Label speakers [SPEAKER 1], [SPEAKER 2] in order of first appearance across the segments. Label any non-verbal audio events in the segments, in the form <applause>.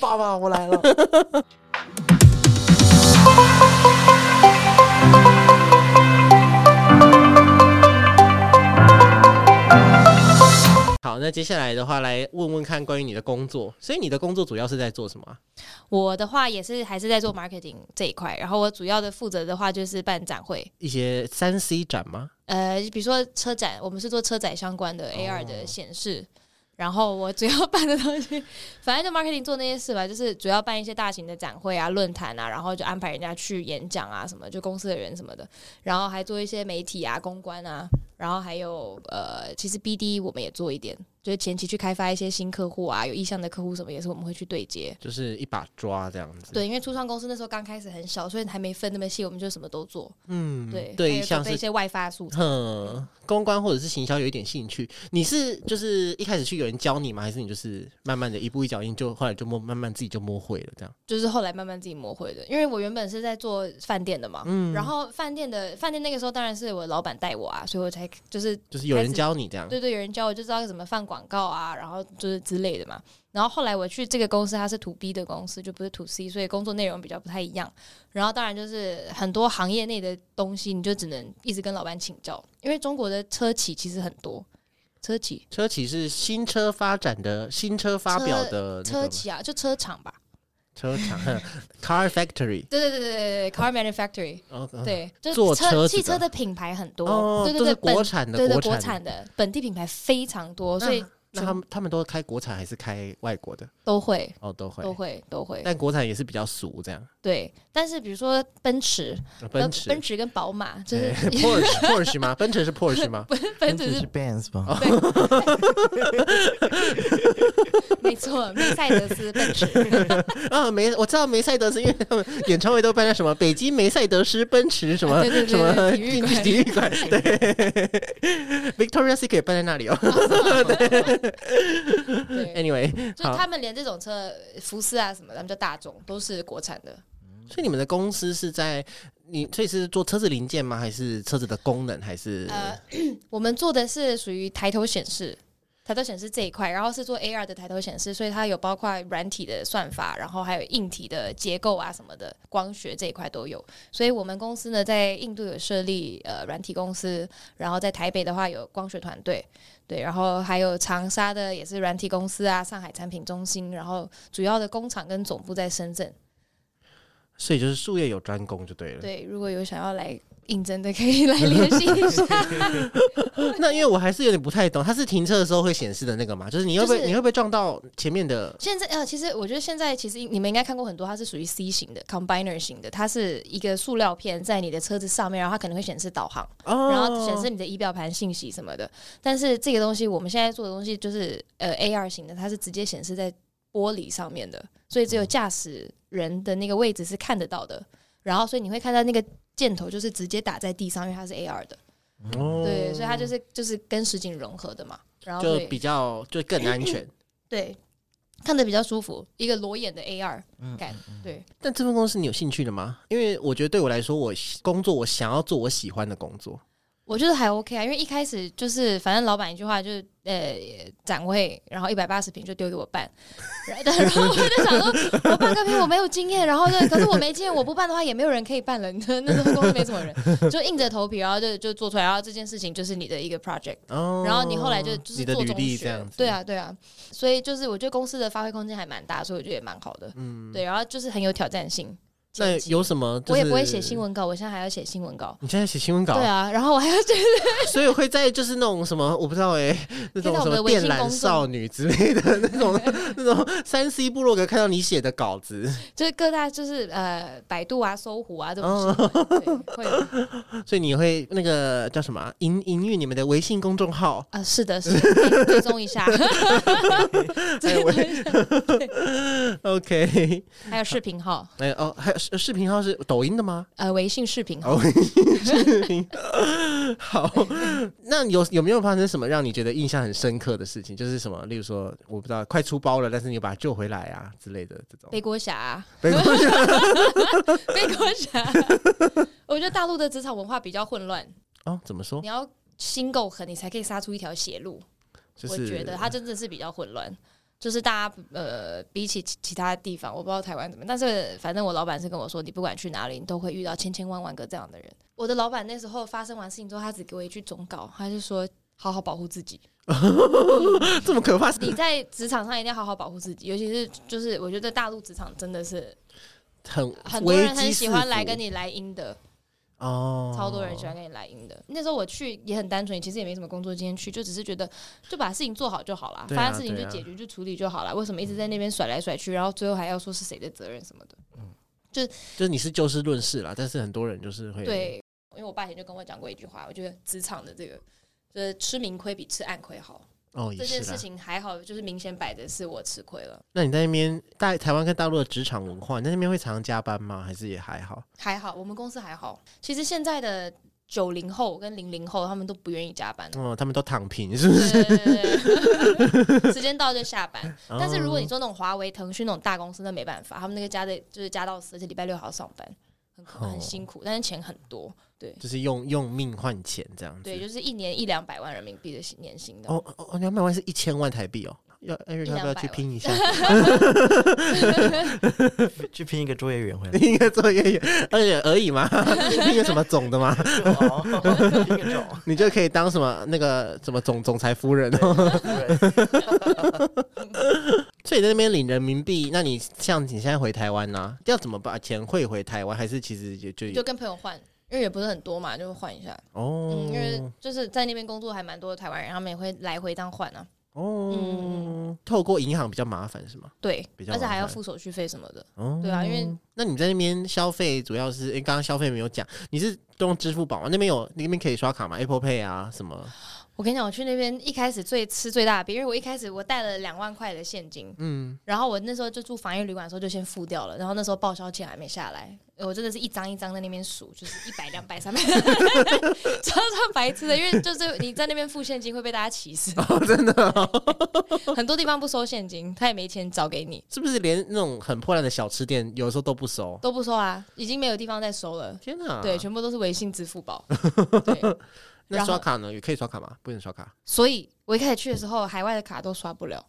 [SPEAKER 1] 爸爸，我来了。好，那接下来的话，来问问看关于你的工作。所以你的工作主要是在做什么啊、
[SPEAKER 2] 我的话也是还是在做 marketing 这一块，然后我主要的负责的话就是办展会，
[SPEAKER 1] 一些三 C 展吗？
[SPEAKER 2] 呃，比如说车展，我们是做车展相关的 AR 的显示。然后我主要办的东西， <laughs> 反正就 marketing 做那些事吧，就是主要办一些大型的展会啊、论坛啊，然后就安排人家去演讲啊什么，就公司的人什么的，然后还做一些媒体啊、公关啊，然后还有呃，其实 BD 我们也做一点，就是前期去开发一些新客户啊、有意向的客户什么，也是我们会去对接。
[SPEAKER 1] 就是一把抓这样子。，
[SPEAKER 2] 对，因为初创公司那时候刚开始很小，所以还没分那么细，我们就什么都做。
[SPEAKER 1] 嗯，
[SPEAKER 2] 对，还
[SPEAKER 1] 对，
[SPEAKER 2] 有
[SPEAKER 1] 像
[SPEAKER 2] 准备一
[SPEAKER 1] 是
[SPEAKER 2] 些外发素材。
[SPEAKER 1] 哼，公关或者是行销有一点兴趣，你是就是一开始去有人教你吗？还是你就是慢慢的一步一脚印就，后来就摸慢慢自己就摸会了这样？
[SPEAKER 2] 就是后来慢慢自己磨会的。因为我原本是在做饭店的嘛，
[SPEAKER 1] 嗯
[SPEAKER 2] 然后饭店的饭店那个时候当然是我老板带我啊，所以我才就是
[SPEAKER 1] 就是有人
[SPEAKER 2] 开始
[SPEAKER 1] 教你这样？
[SPEAKER 2] 对对有人教我就知道怎么放广告啊，然后就是之类的嘛。然后后来我去这个公司，它是 to B 的公司，就不是 to C，所以工作内容比较不太一样。然后当然就是很多行业内的东西，你就只能一直跟老板请教，因为中国的车企其实很多。车企，
[SPEAKER 1] 车企是新车发展的，新车发表的那个
[SPEAKER 2] 车
[SPEAKER 1] 吗
[SPEAKER 2] 企啊，就车厂吧。
[SPEAKER 1] 车厂哼 Car Factory
[SPEAKER 2] 对对对对对对，car manufacturing。
[SPEAKER 1] 哦。哦，
[SPEAKER 2] 对，就
[SPEAKER 1] 做
[SPEAKER 2] 是
[SPEAKER 1] 车
[SPEAKER 2] 车
[SPEAKER 1] 子
[SPEAKER 2] 汽车
[SPEAKER 1] 的
[SPEAKER 2] 的品牌很多，
[SPEAKER 1] 哦，
[SPEAKER 2] 对对
[SPEAKER 1] 都是
[SPEAKER 2] 对，
[SPEAKER 1] 国
[SPEAKER 2] 本
[SPEAKER 1] 产的，嗯
[SPEAKER 2] 对对
[SPEAKER 1] 国
[SPEAKER 2] 国产的本地品牌非常多，
[SPEAKER 1] 那
[SPEAKER 2] 所以
[SPEAKER 1] 哦那他们他们都开国产还是开外国的？
[SPEAKER 2] 都会
[SPEAKER 1] 哦，都会
[SPEAKER 2] 都会都会
[SPEAKER 1] 但国产也是比较俗这样。
[SPEAKER 2] 对。但是比如说奔驰、
[SPEAKER 1] 呃
[SPEAKER 2] 呃
[SPEAKER 1] 奔驰，哎
[SPEAKER 2] 奔驰跟宝马，就是 <laughs>
[SPEAKER 1] Porsche Porsche 吗？奔驰是 Porsche 吗？
[SPEAKER 2] 奔
[SPEAKER 3] 这
[SPEAKER 2] 驰
[SPEAKER 3] 是
[SPEAKER 2] 是
[SPEAKER 3] Benz 吧？
[SPEAKER 2] 没错，梅赛德斯奔驰，
[SPEAKER 1] 啊，梅我知道梅赛德斯，因为他
[SPEAKER 2] <laughs>
[SPEAKER 1] 们演唱会都办在什么北京梅赛德斯奔驰什么
[SPEAKER 2] 啊对对对
[SPEAKER 1] 什么
[SPEAKER 2] 体育馆
[SPEAKER 1] 体育馆，
[SPEAKER 2] <laughs>
[SPEAKER 1] 对，Victoria Secret 办在那里哦。
[SPEAKER 2] 对，
[SPEAKER 1] <laughs> Anyway，
[SPEAKER 2] 就
[SPEAKER 1] 哎好
[SPEAKER 2] 他们连这种车福斯啊什么，他们叫大众，都是国产的。
[SPEAKER 1] 所以你们的公司是在你，所以是做车子零件吗？还是车子的功能？还是、
[SPEAKER 2] 呃，我们做的是属于抬头显示，抬头显示这一块，然后是做 AR 的抬头显示，所以它有包括软体的算法，然后还有硬体的结构啊什么的，光学这一块都有。所以我们公司呢，在印度有设立呃软体公司，然后在台北的话有光学团队，对，然后还有长沙的也是软体公司啊，上海产品中心，然后主要的工厂跟总部在深圳。
[SPEAKER 1] 所以就是术业有专攻就对了。
[SPEAKER 2] 对，如果有想要来应征的，可以来联系一下。
[SPEAKER 1] <laughs> 那因为我还是有点不太懂，它是停车的时候会显示的那个嘛？就是你会不会、
[SPEAKER 2] 就是
[SPEAKER 1] 你会不会撞到前面的？
[SPEAKER 2] 现在呃，其实我觉得现在其实你们应该看过很多，它是属于 C 型的 combiner 型的，它是一个塑料片在你的车子上面，然后它可能会显示导航，
[SPEAKER 1] 哦，
[SPEAKER 2] 然后显示你的仪表盘信息什么的。但是这个东西我们现在做的东西就是呃 AR 型的，它是直接显示在玻璃上面的，所以只有驾驶人的那个位置是看得到的。然后所以你会看到那个箭头就是直接打在地上，因为它是 AR 的，
[SPEAKER 3] 嗯
[SPEAKER 1] 哦
[SPEAKER 2] 对，所以它就是就是跟实景融合的嘛。然后嗯
[SPEAKER 1] 就
[SPEAKER 2] 所以
[SPEAKER 1] 比较就更安全。
[SPEAKER 2] 对看得比较舒服，一个裸眼的 AR
[SPEAKER 3] 嗯
[SPEAKER 2] 感，对。
[SPEAKER 1] <coughs> 但这份工是你有兴趣的吗？因为我觉得对我来说，我喜工作我想要做我喜欢的工作。
[SPEAKER 2] 我觉得还 OK 啊，因为一开始就是反正老板一句话就是呃展会，然后一百八十平就丢给我办， <laughs> 然后然后我就想说，我办个片我没有经验，然后就可是我没经验，我不办的话也没有人可以办了，那时候公司没什么人， <laughs> 就硬着头皮，然后就就做出来，然后这件事情就是你的一个 project，
[SPEAKER 1] 哦，
[SPEAKER 2] 然后你后来就就是
[SPEAKER 1] 你的
[SPEAKER 2] 做
[SPEAKER 1] 履
[SPEAKER 2] 中
[SPEAKER 1] 历
[SPEAKER 2] 学，
[SPEAKER 1] 这样子，
[SPEAKER 2] 对，啊对啊，所以就是我觉得公司的发挥空间还蛮大，所以我觉得也蛮好的，
[SPEAKER 1] 嗯，
[SPEAKER 2] 对，然后就是很有挑战性。
[SPEAKER 1] 那
[SPEAKER 2] 前期
[SPEAKER 1] 有什么、就是？
[SPEAKER 2] 我也不会写新。闻稿，我现在还要写新闻稿。
[SPEAKER 1] 你现在写新闻稿，
[SPEAKER 2] 对啊，然后我还要写，
[SPEAKER 1] <laughs> 所以会在就是那种什么，我不知道哎、那种
[SPEAKER 2] 可以在
[SPEAKER 1] 什
[SPEAKER 2] 我们
[SPEAKER 1] 么
[SPEAKER 2] 的微信
[SPEAKER 1] 电缆少女之类的 <laughs> 那种那种三 C 部落格看到你写的稿子，
[SPEAKER 2] 就是各大就是呃，百度啊、搜狐啊这种
[SPEAKER 1] 哦
[SPEAKER 2] 新闻，对，会有
[SPEAKER 1] 所以你会那个叫什么啊营营运你们的微信公众号， <laughs>
[SPEAKER 2] 啊，是的，是的，可以追踪一下，
[SPEAKER 1] 还有微 OK，
[SPEAKER 2] <laughs>
[SPEAKER 1] <laughs>
[SPEAKER 2] 还有视频号，
[SPEAKER 1] 哎哦，还有视视频号是抖音的吗？
[SPEAKER 2] 呃，微信视频号。
[SPEAKER 1] 哦， <laughs> 好，那有有没有发生什么让你觉得印象很深刻的事情？就是什么，例如说，我不知道快出包了，但是你把它救回来啊之类的这种。
[SPEAKER 2] 背锅侠啊，
[SPEAKER 1] 没关系， <laughs>
[SPEAKER 2] 背锅侠。 <laughs> 我觉得大陆的职场文化比较混乱，
[SPEAKER 1] 哦，怎么说？
[SPEAKER 2] 你要心够狠，你才可以杀出一条血路。
[SPEAKER 1] 就
[SPEAKER 2] 我
[SPEAKER 1] 是
[SPEAKER 2] 觉得它真的是比较混乱。就是大家呃，比起其其他地方，我不知道台湾怎么样，但是反正我老板是跟我说，你不管去哪里，你都会遇到千千万万个这样的人。我的老板那时候发生完事情之后，他只给我一句忠告，他就说：好好保护自己。
[SPEAKER 1] <laughs> 这么可怕，
[SPEAKER 2] 你在职场上一定要好好保护自己，尤其是就是我觉得大陆职场真的是
[SPEAKER 1] 很
[SPEAKER 2] 很多人
[SPEAKER 1] <laughs> 危
[SPEAKER 2] 很
[SPEAKER 1] 机
[SPEAKER 2] 喜
[SPEAKER 1] 四
[SPEAKER 2] 欢
[SPEAKER 1] 伏
[SPEAKER 2] 来跟你来阴的，
[SPEAKER 1] 哦，
[SPEAKER 2] 超多人喜欢跟你来阴的。那时候我去也很单纯，其实也没什么工作经验去，就只是觉得就把事情做好就好啦，
[SPEAKER 1] 对啊
[SPEAKER 2] 发生事情
[SPEAKER 1] 对
[SPEAKER 2] 就
[SPEAKER 1] 啊
[SPEAKER 2] 解决就处理就好啦。为什么一直在那边甩来甩去，然后最后还要说是谁的责任什么的？
[SPEAKER 1] 就是你是就事论事啦，但是很多人就是会，
[SPEAKER 2] 对，因为我爸以前就跟我讲过一句话，我觉得职场的这个就是吃明亏比吃暗亏好。
[SPEAKER 1] 哦，
[SPEAKER 2] 这
[SPEAKER 1] 也
[SPEAKER 2] 件
[SPEAKER 1] 是
[SPEAKER 2] 事
[SPEAKER 1] 啦。
[SPEAKER 2] 情还好，就是明显摆着是我吃亏了，
[SPEAKER 1] 那你在那边在台湾跟大陆的职场文化，你在那边会常常加班吗？还是也还好？
[SPEAKER 2] 还好我们公司还好。其实现在的九零后跟零零后他们都不愿意加班，
[SPEAKER 1] 哦，他们都躺平，是不是？
[SPEAKER 2] 对对对对时间到就下班。但是如果你
[SPEAKER 1] 哦
[SPEAKER 2] 说那种华为、腾讯那种大公司，那没办法，他们那个加的就是加到死，而且礼拜六还要上班，很可
[SPEAKER 1] 哦
[SPEAKER 2] 很辛苦，但是钱很多。对
[SPEAKER 1] 就是用用命换钱这样子，
[SPEAKER 2] 对，就是一年一两百万人民币的薪年薪的。
[SPEAKER 1] 嗯
[SPEAKER 2] <laughs>
[SPEAKER 1] 哦哦哦，两百万是一千万台币哦，要艾瑞克要不要去
[SPEAKER 2] 100万
[SPEAKER 1] 拼一下？ <laughs>
[SPEAKER 3] 去拼一个作业员回来。
[SPEAKER 1] 应该做业员，而且而已嘛，拼个什么总的嘛，
[SPEAKER 3] 哦拼个种
[SPEAKER 1] <laughs> 你就可以当什么那个什么总总裁夫人哦。
[SPEAKER 3] 对
[SPEAKER 1] <laughs> 所以在那边领人民币，那你像你现在回台湾呢、啊要怎么把钱汇回台湾？还是其实也就
[SPEAKER 2] 就跟朋友换，因为也不是很多嘛，就换一下。
[SPEAKER 1] 哦
[SPEAKER 2] 嗯，，因为就是在那边工作还蛮多的台湾人，他们也会来回这样换啊。
[SPEAKER 1] 哦、
[SPEAKER 2] 嗯
[SPEAKER 1] 透过银行比较麻烦是吗？
[SPEAKER 2] 对
[SPEAKER 1] 比，较麻
[SPEAKER 2] 而且还要
[SPEAKER 1] 烦
[SPEAKER 2] 付手续费什么的。
[SPEAKER 1] 哦，
[SPEAKER 2] 对啊因为
[SPEAKER 1] 那你在那边消费主要是，因为刚刚消费没有讲，你是都用支付宝吗？那边有那边可以刷卡吗？Apple Pay 啊什么？
[SPEAKER 2] 我跟你讲，我去那边一开始最吃最大的瘪，因为我一开始我带了两万块的现金，
[SPEAKER 1] 嗯，
[SPEAKER 2] 然后我那时候就住防疫旅馆的时候就先付掉了，然后那时候报销钱还没下来，呃我真的是一张一张在那边数，就是一百、两百、 <laughs> 三百，超超白痴的，因为就是你在那边付现金会被大家歧视，
[SPEAKER 1] 哦，真的哦、
[SPEAKER 2] 很多地方不收现金，他也没钱找给你，
[SPEAKER 1] 是不是连那种很破烂的小吃店，有的时候都不收？
[SPEAKER 2] 都不收啊，已经没有地方再收了。
[SPEAKER 1] 天哪！
[SPEAKER 2] 对，，全部都是微信、支
[SPEAKER 1] <laughs>
[SPEAKER 2] 付宝。对，
[SPEAKER 1] 那
[SPEAKER 2] 然后
[SPEAKER 1] 刷卡呢？也可以刷卡吗？不能刷卡。
[SPEAKER 2] 所以我一开始去的时候，海外的卡都刷不
[SPEAKER 1] <laughs>
[SPEAKER 2] 了，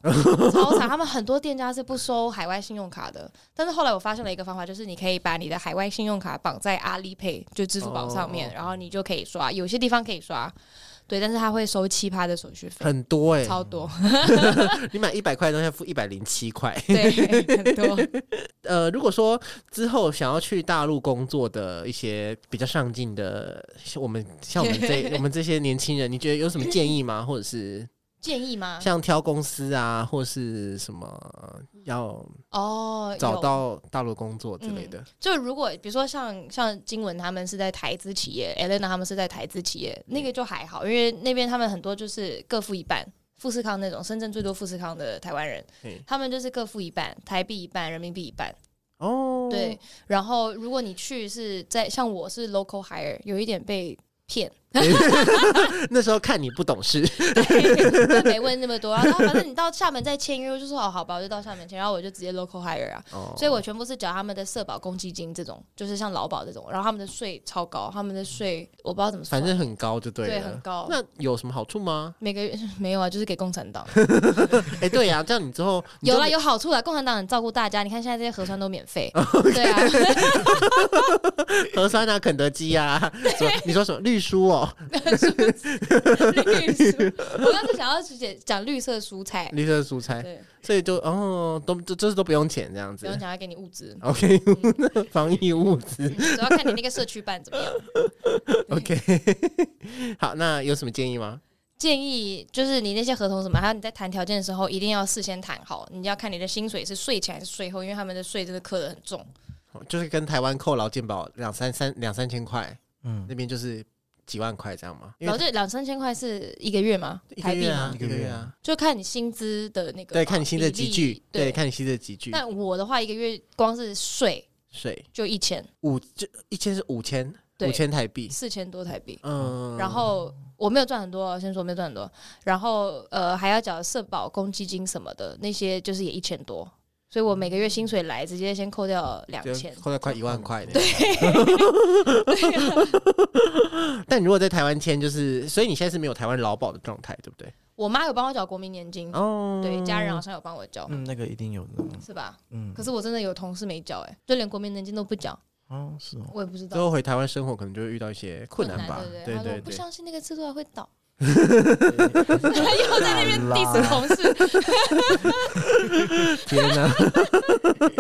[SPEAKER 2] 超惨。他们很多店家是不收海外信用卡的，但是后来我发现了一个方法，就是你可以把你的海外信用卡绑在阿里 Pay 就支付宝上面，
[SPEAKER 1] 哦
[SPEAKER 2] 然后你就可以刷，有些地方可以刷，对，但是他会收七趴的手续费。
[SPEAKER 1] 很多哎、
[SPEAKER 2] 超
[SPEAKER 1] <laughs>
[SPEAKER 2] 多，
[SPEAKER 1] 你买一百块的东西要付一百零七块。
[SPEAKER 2] 对，很多。
[SPEAKER 1] 呃，如果说之后想要去大陆工作的一些比较上进的，像我们像我们
[SPEAKER 2] <laughs>
[SPEAKER 1] 这我们这些年轻人，你觉得有什么建议吗？或者
[SPEAKER 2] 嗯
[SPEAKER 1] 是
[SPEAKER 2] 建议吗？
[SPEAKER 1] 像挑公司啊，或是什么要
[SPEAKER 2] 哦，
[SPEAKER 1] 找
[SPEAKER 2] 有
[SPEAKER 1] 到大陆工作之类的？
[SPEAKER 2] 就如果比如说像像金文他们是在台资企业，Elena 他们是在台资企业，那个就还好，因为那边他们很多就是各付一半。富士康那种，深圳最多富士康的台湾人
[SPEAKER 1] 嘿，
[SPEAKER 2] 他们就是各付一半，台币一半，人民币一半。
[SPEAKER 1] 哦，
[SPEAKER 2] 嗯对，，然后如果你去是在像我是 local hire，有一点被骗，
[SPEAKER 1] <laughs>
[SPEAKER 2] <laughs>
[SPEAKER 1] 那时候看你不懂事，
[SPEAKER 2] 但没问那么多。然后反正你到厦门再签约，我就说哦好吧，我就到厦门签，然后我就直接 local hire 啊。
[SPEAKER 1] 哦
[SPEAKER 2] 所以我全部是缴他们的社保、公积金这种，就是像劳保这种，然后他们的税超高，他们的税我不知道怎么算，
[SPEAKER 1] 反正很高就对了。
[SPEAKER 2] 对很高。
[SPEAKER 1] 那有什么好处吗？
[SPEAKER 2] 每个月 <laughs> 没有啊，就是给共产党
[SPEAKER 1] 哎、对呀、这样你之后 <laughs> 你
[SPEAKER 2] 有
[SPEAKER 1] 就
[SPEAKER 2] 啦，有好处啦。共产党很照顾大家，你看现在这些核酸都免
[SPEAKER 1] <laughs>
[SPEAKER 2] 费，
[SPEAKER 1] 哦
[SPEAKER 2] 对啊， <laughs>
[SPEAKER 1] 核酸啊，肯德基啊，什
[SPEAKER 2] <laughs>
[SPEAKER 1] 么？你说什么绿蔬哦，
[SPEAKER 2] 绿色。我刚才想要讲讲绿色
[SPEAKER 1] <laughs>
[SPEAKER 2] 蔬菜，
[SPEAKER 1] 绿色蔬菜，
[SPEAKER 2] 对，
[SPEAKER 1] 所以就哦，都这这是都不用钱这样
[SPEAKER 2] 不用嗯
[SPEAKER 1] 子。
[SPEAKER 2] 讲要给你物资，
[SPEAKER 1] OK，防 <laughs> 疫物
[SPEAKER 2] <laughs>
[SPEAKER 1] 资。
[SPEAKER 2] 主要看你那个社区办怎么
[SPEAKER 1] <laughs>
[SPEAKER 2] 样。
[SPEAKER 1] OK，好，那有什么建议吗？
[SPEAKER 2] 建议就是你那些合同什么，还有你在谈条件的时候，一定要事先谈好。你要看你的薪水是税前还是税后，因为他们的税真的课的很重。
[SPEAKER 1] 哦就是跟台湾扣劳健保两三三两三千块，
[SPEAKER 3] 嗯，
[SPEAKER 1] 那边就是几万块这样吗？因
[SPEAKER 2] 然后
[SPEAKER 1] 为
[SPEAKER 2] 就两三千块是一个月吗？
[SPEAKER 1] 一个
[SPEAKER 2] 台币
[SPEAKER 1] 月
[SPEAKER 2] 吗？
[SPEAKER 1] 啊，一个月啊，
[SPEAKER 2] 就看你薪资的那个嘛，
[SPEAKER 1] 对，看你新的集
[SPEAKER 2] 比
[SPEAKER 1] 聚
[SPEAKER 2] 例，
[SPEAKER 1] 对，
[SPEAKER 2] 对。
[SPEAKER 1] 看你新的集聚，
[SPEAKER 2] 但我的话，一个月光是税
[SPEAKER 1] 税
[SPEAKER 2] 就一千
[SPEAKER 1] 五就一千是五千，
[SPEAKER 2] 对
[SPEAKER 1] 五千台币，
[SPEAKER 2] 四千多台币，
[SPEAKER 1] 嗯，
[SPEAKER 2] 然后我没有赚很多哦，先说我没有赚很多，然后呃还要缴社保、公积金什么的，那些就是也一千多，所以我每个月薪水来直接先扣掉两
[SPEAKER 1] 就
[SPEAKER 2] 千，
[SPEAKER 1] 扣掉快一万块呢。对，
[SPEAKER 2] <laughs> 啊
[SPEAKER 1] <laughs> 但你如果在台湾签，就是所以你现在是没有台湾劳保的状态，对不对？
[SPEAKER 2] 我妈有帮我缴国民年金，
[SPEAKER 1] 哦，
[SPEAKER 2] 对，家人好像有帮我缴，
[SPEAKER 3] 嗯，那个一定有的，
[SPEAKER 2] 是吧？
[SPEAKER 3] 嗯，
[SPEAKER 2] 可是我真的有同事没缴，哎，就连国民年金都不缴，
[SPEAKER 3] 哦是
[SPEAKER 2] <laughs>
[SPEAKER 3] 哦，
[SPEAKER 2] 我也不知
[SPEAKER 1] 之
[SPEAKER 2] 道。
[SPEAKER 1] 后回台湾生活，可能就会遇到一些困难吧。
[SPEAKER 2] 对
[SPEAKER 1] 对
[SPEAKER 2] 他说
[SPEAKER 1] 对
[SPEAKER 2] 我不
[SPEAKER 1] 对，
[SPEAKER 2] 相信那个制度还会倒， <laughs>
[SPEAKER 3] 又
[SPEAKER 2] 在那边 diss 同事，
[SPEAKER 1] 天哪！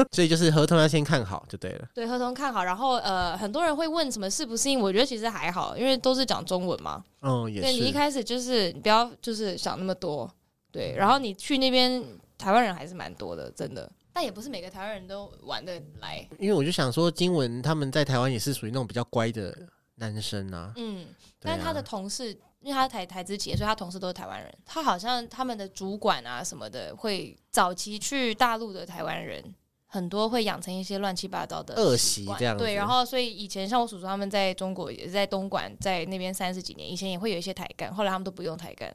[SPEAKER 1] <laughs> 所以就是合同要先看好就对了。
[SPEAKER 2] 对合同看好，然后呃，很多人会问什么适不适应，我觉得其实还好，因为都是讲中文嘛，
[SPEAKER 1] 嗯，也
[SPEAKER 2] 对你一
[SPEAKER 1] 是。
[SPEAKER 2] 开始就是你不要就是想那么多，
[SPEAKER 1] 嗯
[SPEAKER 2] 对，然后你去那边台湾人还是蛮多的，真的，但也不是每个台湾人都玩得来，
[SPEAKER 1] 因为我就想说，金文他们在台湾也是属于那种比较乖的男生啊。
[SPEAKER 2] 嗯，
[SPEAKER 1] 对
[SPEAKER 2] 但是他的
[SPEAKER 1] 啊，
[SPEAKER 2] 同事，因为他台台资企业，所以他同事都是台湾人。他好像他们的主管啊什么的，会早期去大陆的台湾人，很多会养成一些乱七八糟的
[SPEAKER 1] 恶
[SPEAKER 2] 习
[SPEAKER 1] 习
[SPEAKER 2] 惯
[SPEAKER 1] 这样子。
[SPEAKER 2] 对，然后所以以前像我叔叔他们在中国，也是在东莞，在那边三十几年，以前也会有一些台干，后来他们都不用台干，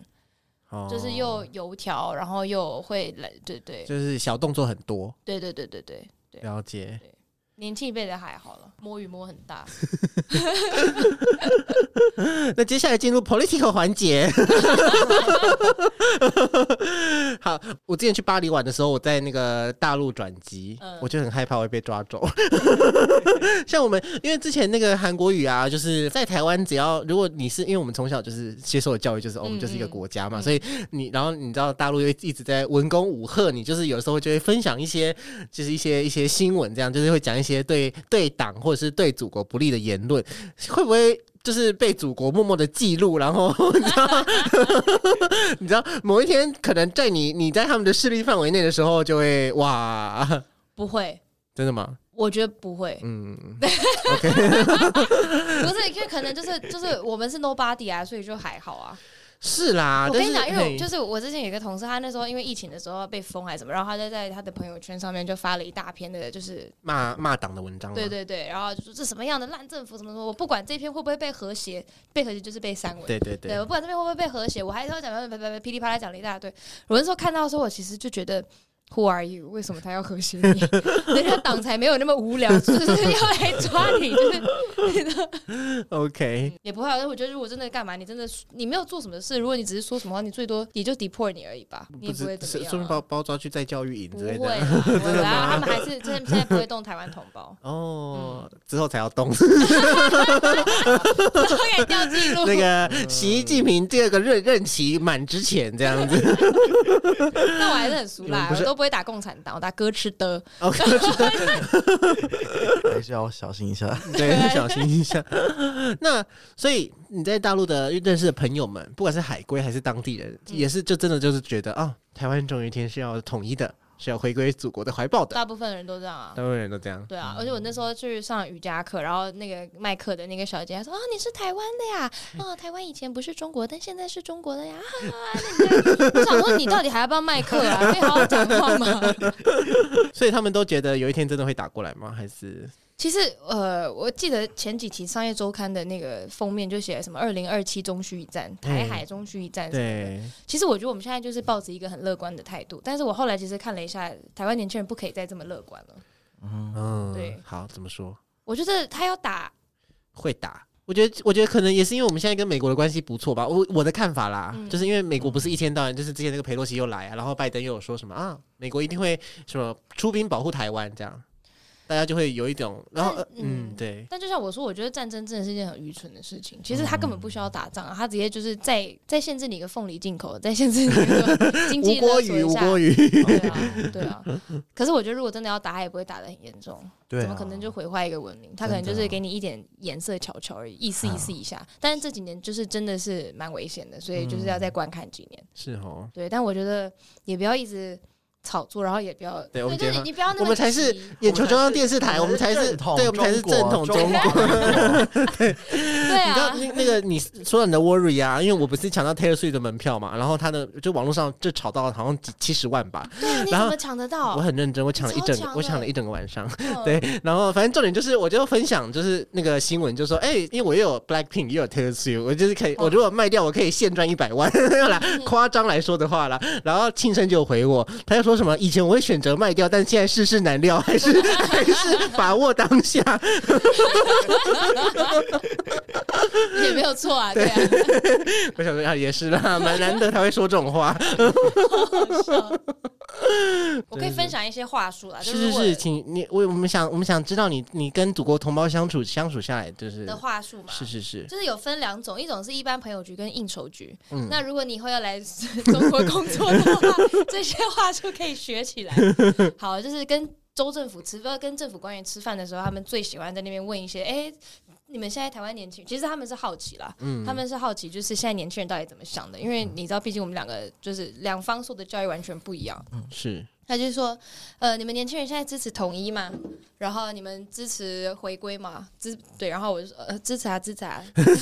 [SPEAKER 1] 哦
[SPEAKER 2] 就是又油条，然后又会来，对对
[SPEAKER 1] 就是小动作很多，
[SPEAKER 2] 对对对对对，对
[SPEAKER 1] 了解。
[SPEAKER 2] 年轻一辈的还好了，摸鱼摸很大。
[SPEAKER 1] 那接下来进入 political 环节。 <laughs> 好，我之前去巴黎玩的时候，我在那个大陆转机，
[SPEAKER 2] 嗯
[SPEAKER 1] 我就很害怕会被抓走。像我们，因为之前那个韩国语啊，就是在台湾，只要如果你是因为我们从小就是接受的教育就是、哦、我们就是一个国家嘛，
[SPEAKER 2] 嗯
[SPEAKER 1] 所以你然后你知道大陆又一直在文攻武赫，你就是有时候就会分享一些就是一些一些新闻，这样就是会讲一些对对党或者是对祖国不利的言论，会不会就是被祖国默默的记录，然后 <laughs> 你知道，你知道某一天可能在你你在他们的势力范围内的时候，就会哇，
[SPEAKER 2] 不会，
[SPEAKER 1] 真的吗？
[SPEAKER 2] 我觉得不会。 <laughs>
[SPEAKER 1] 嗯，
[SPEAKER 2] 不是，因为可能就是就是我们是 nobody 啊，所以就还好啊。
[SPEAKER 1] 是啦。
[SPEAKER 2] 我跟你
[SPEAKER 1] 啊但是
[SPEAKER 2] 讲，因为
[SPEAKER 1] 嘿
[SPEAKER 2] 我就是我之前有一个同事，他那时候因为疫情的时候被封还是什么，然后他就在他的朋友圈上面就发了一大篇的，就是
[SPEAKER 1] 骂骂党的文章嘛，
[SPEAKER 2] 对对对，然后就说这什么样的烂政府什么什么，我不管这篇会不会被和谐，被和谐就是被删文。
[SPEAKER 1] 对对对
[SPEAKER 2] 对，我不管这边会不会被和谐，我还是要讲，啪啪啪噼里啪啦讲了一大堆。我那时候看到的时候，我其实就觉得，Who are you？为什么他要和谐你？ <laughs> 人家党才没有那么无聊，就是要来抓你，就是 <laughs>
[SPEAKER 1] ，OK，
[SPEAKER 2] 也不会啊，但我觉得如果真的干嘛，你真的你没有做什么事，如果你只是说什么话，你最多也就 deport 你而已吧，嗯你也不会
[SPEAKER 1] 是
[SPEAKER 2] 怎
[SPEAKER 1] 是
[SPEAKER 2] 么
[SPEAKER 1] 顺便
[SPEAKER 2] 样
[SPEAKER 1] 包
[SPEAKER 2] 啊。
[SPEAKER 1] 包抓去再教育营
[SPEAKER 2] 不
[SPEAKER 1] 之类
[SPEAKER 2] 会
[SPEAKER 1] 的。，
[SPEAKER 2] 啦，不会啦，他们还是现现在不会动台湾同胞 <laughs>
[SPEAKER 1] 哦，
[SPEAKER 2] 嗯
[SPEAKER 1] 之后才要动
[SPEAKER 2] 这可以掉记录。
[SPEAKER 1] <laughs> 那
[SPEAKER 2] <laughs>
[SPEAKER 1] 个习近平第二个任任期满之前这样
[SPEAKER 2] <laughs>
[SPEAKER 1] 子。
[SPEAKER 2] 那我还是很俗
[SPEAKER 1] 你们
[SPEAKER 2] 啦，
[SPEAKER 1] 不
[SPEAKER 2] 我
[SPEAKER 1] 是啊
[SPEAKER 2] 都不会打共产党，我打歌吃的。
[SPEAKER 1] <laughs> OK，
[SPEAKER 3] 还是要小心一下。
[SPEAKER 1] 对，小心一下。 <laughs> 那所以你在大陆的认识的朋友们，不管是海归还是当地人，
[SPEAKER 2] 嗯
[SPEAKER 1] 也是就真的就是觉得啊、台湾终有一天是要统一的，是要回归祖国的怀抱的。
[SPEAKER 2] 大部分人都这样啊。
[SPEAKER 1] 大陆人都这样，
[SPEAKER 2] 对啊，而且我那时候去上瑜伽课，然后那个卖课的那个小姐还说：“啊，你是台湾的呀？啊，台湾以前不是中国，但现在是中国的呀。啊”那你就 <laughs> 我想说，你到底还要不要卖课啊？可以好好讲话吗？
[SPEAKER 1] 所以他们都觉得有一天真的会打过来吗？还是
[SPEAKER 2] 其实，呃，我记得前几期《商业周刊》的那个封面就写什么“二零二七中区一战”，台海中区一战什么的。
[SPEAKER 1] 嗯对
[SPEAKER 2] 其实我觉得我们现在就是抱着一个很乐观的态度，但是我后来其实看了一下，台湾年轻人不可以再这么乐观了。
[SPEAKER 3] 嗯，
[SPEAKER 1] 嗯
[SPEAKER 2] 对
[SPEAKER 1] 好怎么说
[SPEAKER 2] 我觉得他要打，
[SPEAKER 1] 会打？我觉得，我觉得可能也是因为我们现在跟美国的关系不错吧。我我的看法啦，
[SPEAKER 2] 嗯
[SPEAKER 1] 就是因为美国不是一天到晚，就是之前那个佩洛西又来啊，然后拜登又有说什么啊，美国一定会什么出兵保护台湾这样，大家就会有一种，然后、
[SPEAKER 2] 但
[SPEAKER 1] 呃嗯
[SPEAKER 2] 嗯
[SPEAKER 1] 对，
[SPEAKER 2] 但就像我说，我觉得战争真的是一件很愚蠢的事情。其实他根本不需要打仗、啊，他直接就是在在限制你一个凤梨进口，在限制你一个
[SPEAKER 1] 吴 <laughs>
[SPEAKER 2] 经济
[SPEAKER 1] 郭
[SPEAKER 2] 勒索
[SPEAKER 1] 鱼，
[SPEAKER 2] 一
[SPEAKER 1] 吴
[SPEAKER 2] 下。
[SPEAKER 1] 郭鱼， <laughs>
[SPEAKER 2] 对啊，对啊。可是我觉得，如果真的要打，他也不会打得很严重。
[SPEAKER 3] 对啊，
[SPEAKER 2] 怎么可能就毁坏一个文明？他可能就是给你一点颜色瞧瞧而已，意思意
[SPEAKER 1] 嗯
[SPEAKER 2] 思一下。但是这几年就是真的是蛮危险的，所以就是要再
[SPEAKER 1] 嗯
[SPEAKER 2] 观看几年。
[SPEAKER 1] 是哦，
[SPEAKER 2] 对，但我觉得也不要一直炒作，然后也不要
[SPEAKER 1] 对我们
[SPEAKER 2] 就是
[SPEAKER 1] 结合
[SPEAKER 2] 你你不要那么
[SPEAKER 1] 我们才是
[SPEAKER 2] 急
[SPEAKER 1] 眼球中央电视台，我
[SPEAKER 3] 我
[SPEAKER 1] 们
[SPEAKER 3] 们
[SPEAKER 1] 才
[SPEAKER 3] 才
[SPEAKER 1] 是
[SPEAKER 3] 正统
[SPEAKER 1] 对，我们才是正统中国。
[SPEAKER 2] 对
[SPEAKER 1] 你知道
[SPEAKER 2] 啊，
[SPEAKER 1] 那那个你说到你的 worry 啊，因为我不是抢到 Taylor Swift 的门票嘛，然后他的就网络上就炒到好像几七十万吧，
[SPEAKER 2] 对啊，你怎
[SPEAKER 1] 然后
[SPEAKER 2] 么抢得到
[SPEAKER 1] 我？ <laughs> 很认真，我抢了一整
[SPEAKER 2] 超强，的
[SPEAKER 1] 我抢了一整个晚上。 <laughs>
[SPEAKER 2] 嗯
[SPEAKER 1] 对，然后反正重点就是，我就分享就是那个新闻，就说，哎、因为我又有 Blackpink，又有 Taylor Swift，我就是可以，
[SPEAKER 2] 哦
[SPEAKER 1] 我如果 <laughs>
[SPEAKER 2] 嗯
[SPEAKER 1] 卖掉，我可以现赚一百万，啦，夸张来说的话啦。然后庆生就回我，他就说说什么以前我会选择卖掉，但现在世事难料，还
[SPEAKER 2] <laughs>
[SPEAKER 1] 是还是把握当下。
[SPEAKER 2] 也没有错啊，对啊，
[SPEAKER 1] 我想说啊，也是啦，蛮难得他会说这种
[SPEAKER 2] 啊
[SPEAKER 1] 话。
[SPEAKER 2] <laughs>
[SPEAKER 1] <laughs>
[SPEAKER 2] 好笑我可以分享一些话术啦，就是
[SPEAKER 1] 是
[SPEAKER 2] 如果
[SPEAKER 1] 是，请你我我们想我们想知道你你跟祖国同胞相处相处下来，就是
[SPEAKER 2] 的话术嘛，
[SPEAKER 1] 是是是，
[SPEAKER 2] 就是有分两种，一种是一般朋友局跟应酬局。
[SPEAKER 1] 嗯
[SPEAKER 2] 那如果你以后要来中国工作的话，这些话就可以学起
[SPEAKER 1] <laughs>
[SPEAKER 2] 来。好，就是跟州政府吃，呃，跟政府官员吃饭的时候，他们最喜欢在那边问一些，哎、你们现在台湾年轻人，其实他们是好奇啦，
[SPEAKER 1] 嗯
[SPEAKER 2] 他们是好奇，就是现在年轻人到底怎么想的？因为你知道，毕竟我们两个就是两方受的教育完全不一样。
[SPEAKER 1] 是
[SPEAKER 2] 他就说，呃，你们年轻人现在支持统一吗？然后你们支持回归吗？支对，然后我就说，呃，支持啊，支持啊， <laughs> 支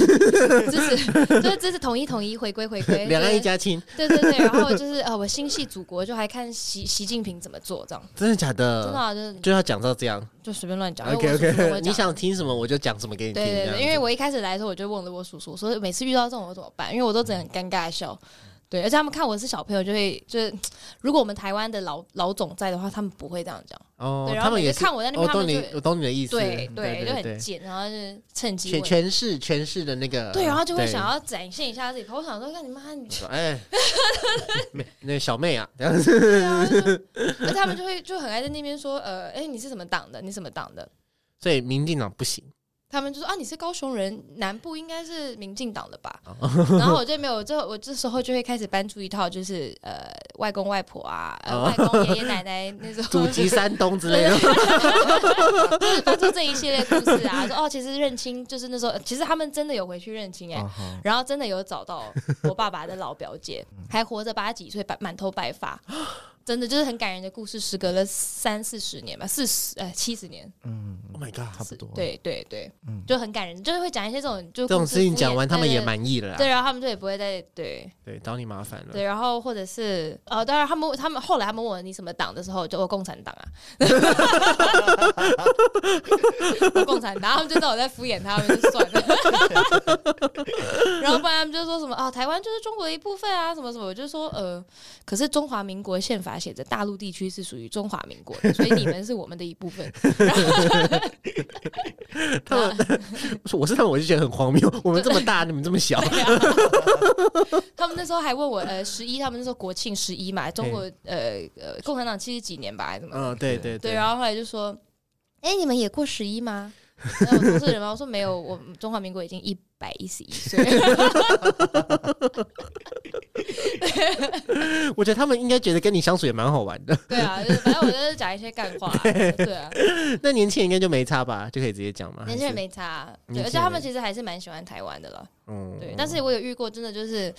[SPEAKER 2] 持，就是支持统一，统一，回归，回归，
[SPEAKER 1] 两岸一
[SPEAKER 2] 就是
[SPEAKER 1] 家亲，
[SPEAKER 2] 对对对，然后就是呃，我心系祖国，就还看习习近平怎么做这样，
[SPEAKER 1] 真的假
[SPEAKER 2] 真的、
[SPEAKER 1] 的？
[SPEAKER 2] 啊、就是
[SPEAKER 1] 就要讲到这样
[SPEAKER 2] 就随便乱讲。
[SPEAKER 1] 嗯，OK
[SPEAKER 2] 因为我叔叔跟我
[SPEAKER 1] OK，
[SPEAKER 2] 讲
[SPEAKER 1] 你想听什么我就讲什么给你听，
[SPEAKER 2] 对对
[SPEAKER 1] 这样
[SPEAKER 2] 对，
[SPEAKER 1] 子
[SPEAKER 2] 因为我一开始来的时候，我就问了我叔叔，说每次遇到这种我怎么办？因为我都只能很尴尬地笑。对，而且他们看我是小朋友，就会就是，如果我们台湾的老老总在的话，他们不会这样讲。
[SPEAKER 1] 哦
[SPEAKER 2] 对，，然
[SPEAKER 1] 他
[SPEAKER 2] 后
[SPEAKER 1] 们
[SPEAKER 2] 每
[SPEAKER 1] 也
[SPEAKER 2] 次
[SPEAKER 1] 是，
[SPEAKER 2] 看我在那
[SPEAKER 1] 我
[SPEAKER 2] 边，他
[SPEAKER 1] 懂
[SPEAKER 2] 们就
[SPEAKER 1] 你，我懂你的意思，
[SPEAKER 2] 对
[SPEAKER 1] 对
[SPEAKER 2] 对，就很
[SPEAKER 1] 对
[SPEAKER 2] 贱，然后就是趁机
[SPEAKER 1] 全
[SPEAKER 2] 问。
[SPEAKER 1] 全是全是的那个，
[SPEAKER 2] 对，然后就会想要展现一下自己。我想说，干你妈！你
[SPEAKER 1] 说哎， <laughs> 妹那小妹啊，这样子
[SPEAKER 2] 对啊，就
[SPEAKER 1] <laughs>
[SPEAKER 2] 而且他们就会就很爱在那边说，呃，哎，你是什么党的？你什么党的？
[SPEAKER 1] 所以民进党不
[SPEAKER 2] <laughs>
[SPEAKER 1] 行，
[SPEAKER 2] 他们就说啊，你是高雄人，南部应该是民进党的吧？
[SPEAKER 1] 哦 <laughs>
[SPEAKER 2] 然后我就没有，就我这时候就会开始搬出一套，就是呃，外公外婆啊，呃，
[SPEAKER 1] 哦
[SPEAKER 2] 外公
[SPEAKER 1] <laughs>
[SPEAKER 2] 爷爷奶奶那种，
[SPEAKER 1] 祖籍山东之类的，
[SPEAKER 2] <laughs> 就是搬出这一系列故事啊，说哦，其实认亲就是那时候，呃其实他们真的有回去认亲哎、
[SPEAKER 1] 哦
[SPEAKER 3] 啊哈，
[SPEAKER 2] 然后真的有找到我爸爸的老
[SPEAKER 1] <laughs>
[SPEAKER 2] 表姐，还活着，八十几岁，白满头白发，真的就是很感人的故事。时隔了三四十年吧，四十呃七十年，
[SPEAKER 3] 嗯，
[SPEAKER 1] Oh my god，
[SPEAKER 3] 差不多，，
[SPEAKER 2] 对对对，
[SPEAKER 3] 嗯
[SPEAKER 2] 就很感人，就是会讲一些这种就
[SPEAKER 1] 这种
[SPEAKER 2] 故事
[SPEAKER 1] 事情
[SPEAKER 2] 敷衍
[SPEAKER 1] 讲完，他们也。
[SPEAKER 2] 对对
[SPEAKER 1] 满意了啊啦，
[SPEAKER 2] 对，然后他们就也不会再对
[SPEAKER 1] 对，找你麻烦了
[SPEAKER 2] 对，。然后或者是呃，当然他们他们后来他们问我你什么党的时候，就我共产党啊， <laughs> 我共产党，他们就知道我在敷衍他们，就算了。然后不然他们就说什么啊，台湾就是中国的一部分啊，什么什么，我就说呃，可是中华民国宪法写着大陆地区是属于中华民国的，所以你们是我们的一部分。 <laughs>
[SPEAKER 1] 他们，我是他们，我就觉得很荒谬。 <laughs> 我们这么
[SPEAKER 2] <laughs>
[SPEAKER 1] 大，你们这么小，
[SPEAKER 2] 他们那时候还问我呃，十一，他们那时候国庆十一嘛，中国呃呃共产党七十几年吧，还是怎么？
[SPEAKER 1] 嗯，对对
[SPEAKER 2] 对，然后后来就说：“哎、你们也过十一吗？” <laughs> 然后我同事人吗？我说没有，我们中华民国已经一百一十一岁了。 <laughs>
[SPEAKER 1] 我觉得他们应该觉得跟你相处也蛮好玩的。 <laughs>
[SPEAKER 2] 对啊，就是反正我就是讲一些干话啊、对啊，
[SPEAKER 1] 那年轻人应该就没差吧，就可以直接讲嘛。
[SPEAKER 2] 年轻人
[SPEAKER 1] 还是，
[SPEAKER 2] 没差啊、对，
[SPEAKER 1] 年轻人
[SPEAKER 2] 而且他们其实还是蛮喜欢台湾的了。
[SPEAKER 1] 嗯
[SPEAKER 2] 对，但是我有遇过真的就是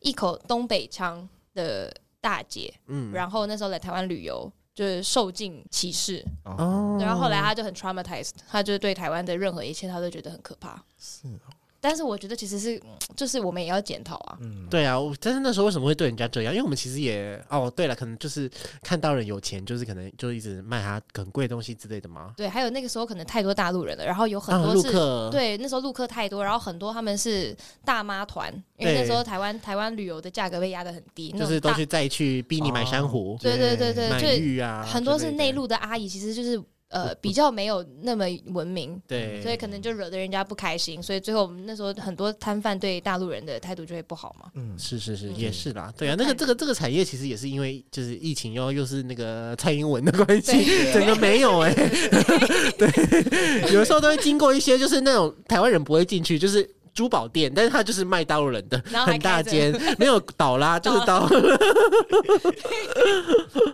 [SPEAKER 2] 一口东北腔的大姐，
[SPEAKER 1] 嗯
[SPEAKER 2] 然后那时候来台湾旅游。就是受尽歧视，
[SPEAKER 3] 哦，
[SPEAKER 1] 哦
[SPEAKER 2] 对然后后来她就很 traumatized，她就对台湾的任何一切，她都觉得很可怕。
[SPEAKER 3] 是哦，
[SPEAKER 2] 但是我觉得其实是，嗯就是我们也要检讨啊。
[SPEAKER 3] 嗯，
[SPEAKER 1] 对啊，我但是那时候为什么会对人家这样？因为我们其实也哦，对了，可能就是看到人有钱，就是可能就一直卖他很贵的东西之类的嘛。
[SPEAKER 2] 对，还有那个时候可能太多大陆人了，然后有很
[SPEAKER 1] 啊，
[SPEAKER 2] 多
[SPEAKER 1] 陆
[SPEAKER 2] 是、
[SPEAKER 1] 客，
[SPEAKER 2] 对那时候陆客太多，然后很多他们是大妈团，因为
[SPEAKER 1] 对
[SPEAKER 2] 那时候台湾台湾旅游的价格被压得很低，那
[SPEAKER 1] 就
[SPEAKER 2] 种
[SPEAKER 1] 是都
[SPEAKER 2] 大
[SPEAKER 1] 去再去逼你买珊瑚、
[SPEAKER 2] 对对对对
[SPEAKER 1] 买
[SPEAKER 2] 就
[SPEAKER 1] 玉啊，
[SPEAKER 2] 很多是
[SPEAKER 1] 之类的
[SPEAKER 2] 内。陆的阿姨，其实就是呃比较没有那么文明。
[SPEAKER 1] 对，
[SPEAKER 2] 所以可能就惹得人家不开心，所以最后我们那时候很多摊贩对大陆人的态度就会不好嘛。
[SPEAKER 3] 嗯，
[SPEAKER 1] 是是是，
[SPEAKER 2] 嗯
[SPEAKER 1] 也是啦，对啊，那个
[SPEAKER 2] 看
[SPEAKER 1] 这个这个产业其实也是因为就是疫情，然后又是那个蔡英文的关系，
[SPEAKER 2] 对
[SPEAKER 1] 整个没
[SPEAKER 2] <laughs>
[SPEAKER 1] 有哎、对，有时候都会经过一些就是那种台湾人不会进去，就是珠宝店，但是他就是卖大陆人的，
[SPEAKER 2] 然哦后还
[SPEAKER 1] 很大
[SPEAKER 2] 开着
[SPEAKER 1] 间，没有倒啦，
[SPEAKER 2] 哦
[SPEAKER 1] 就是倒，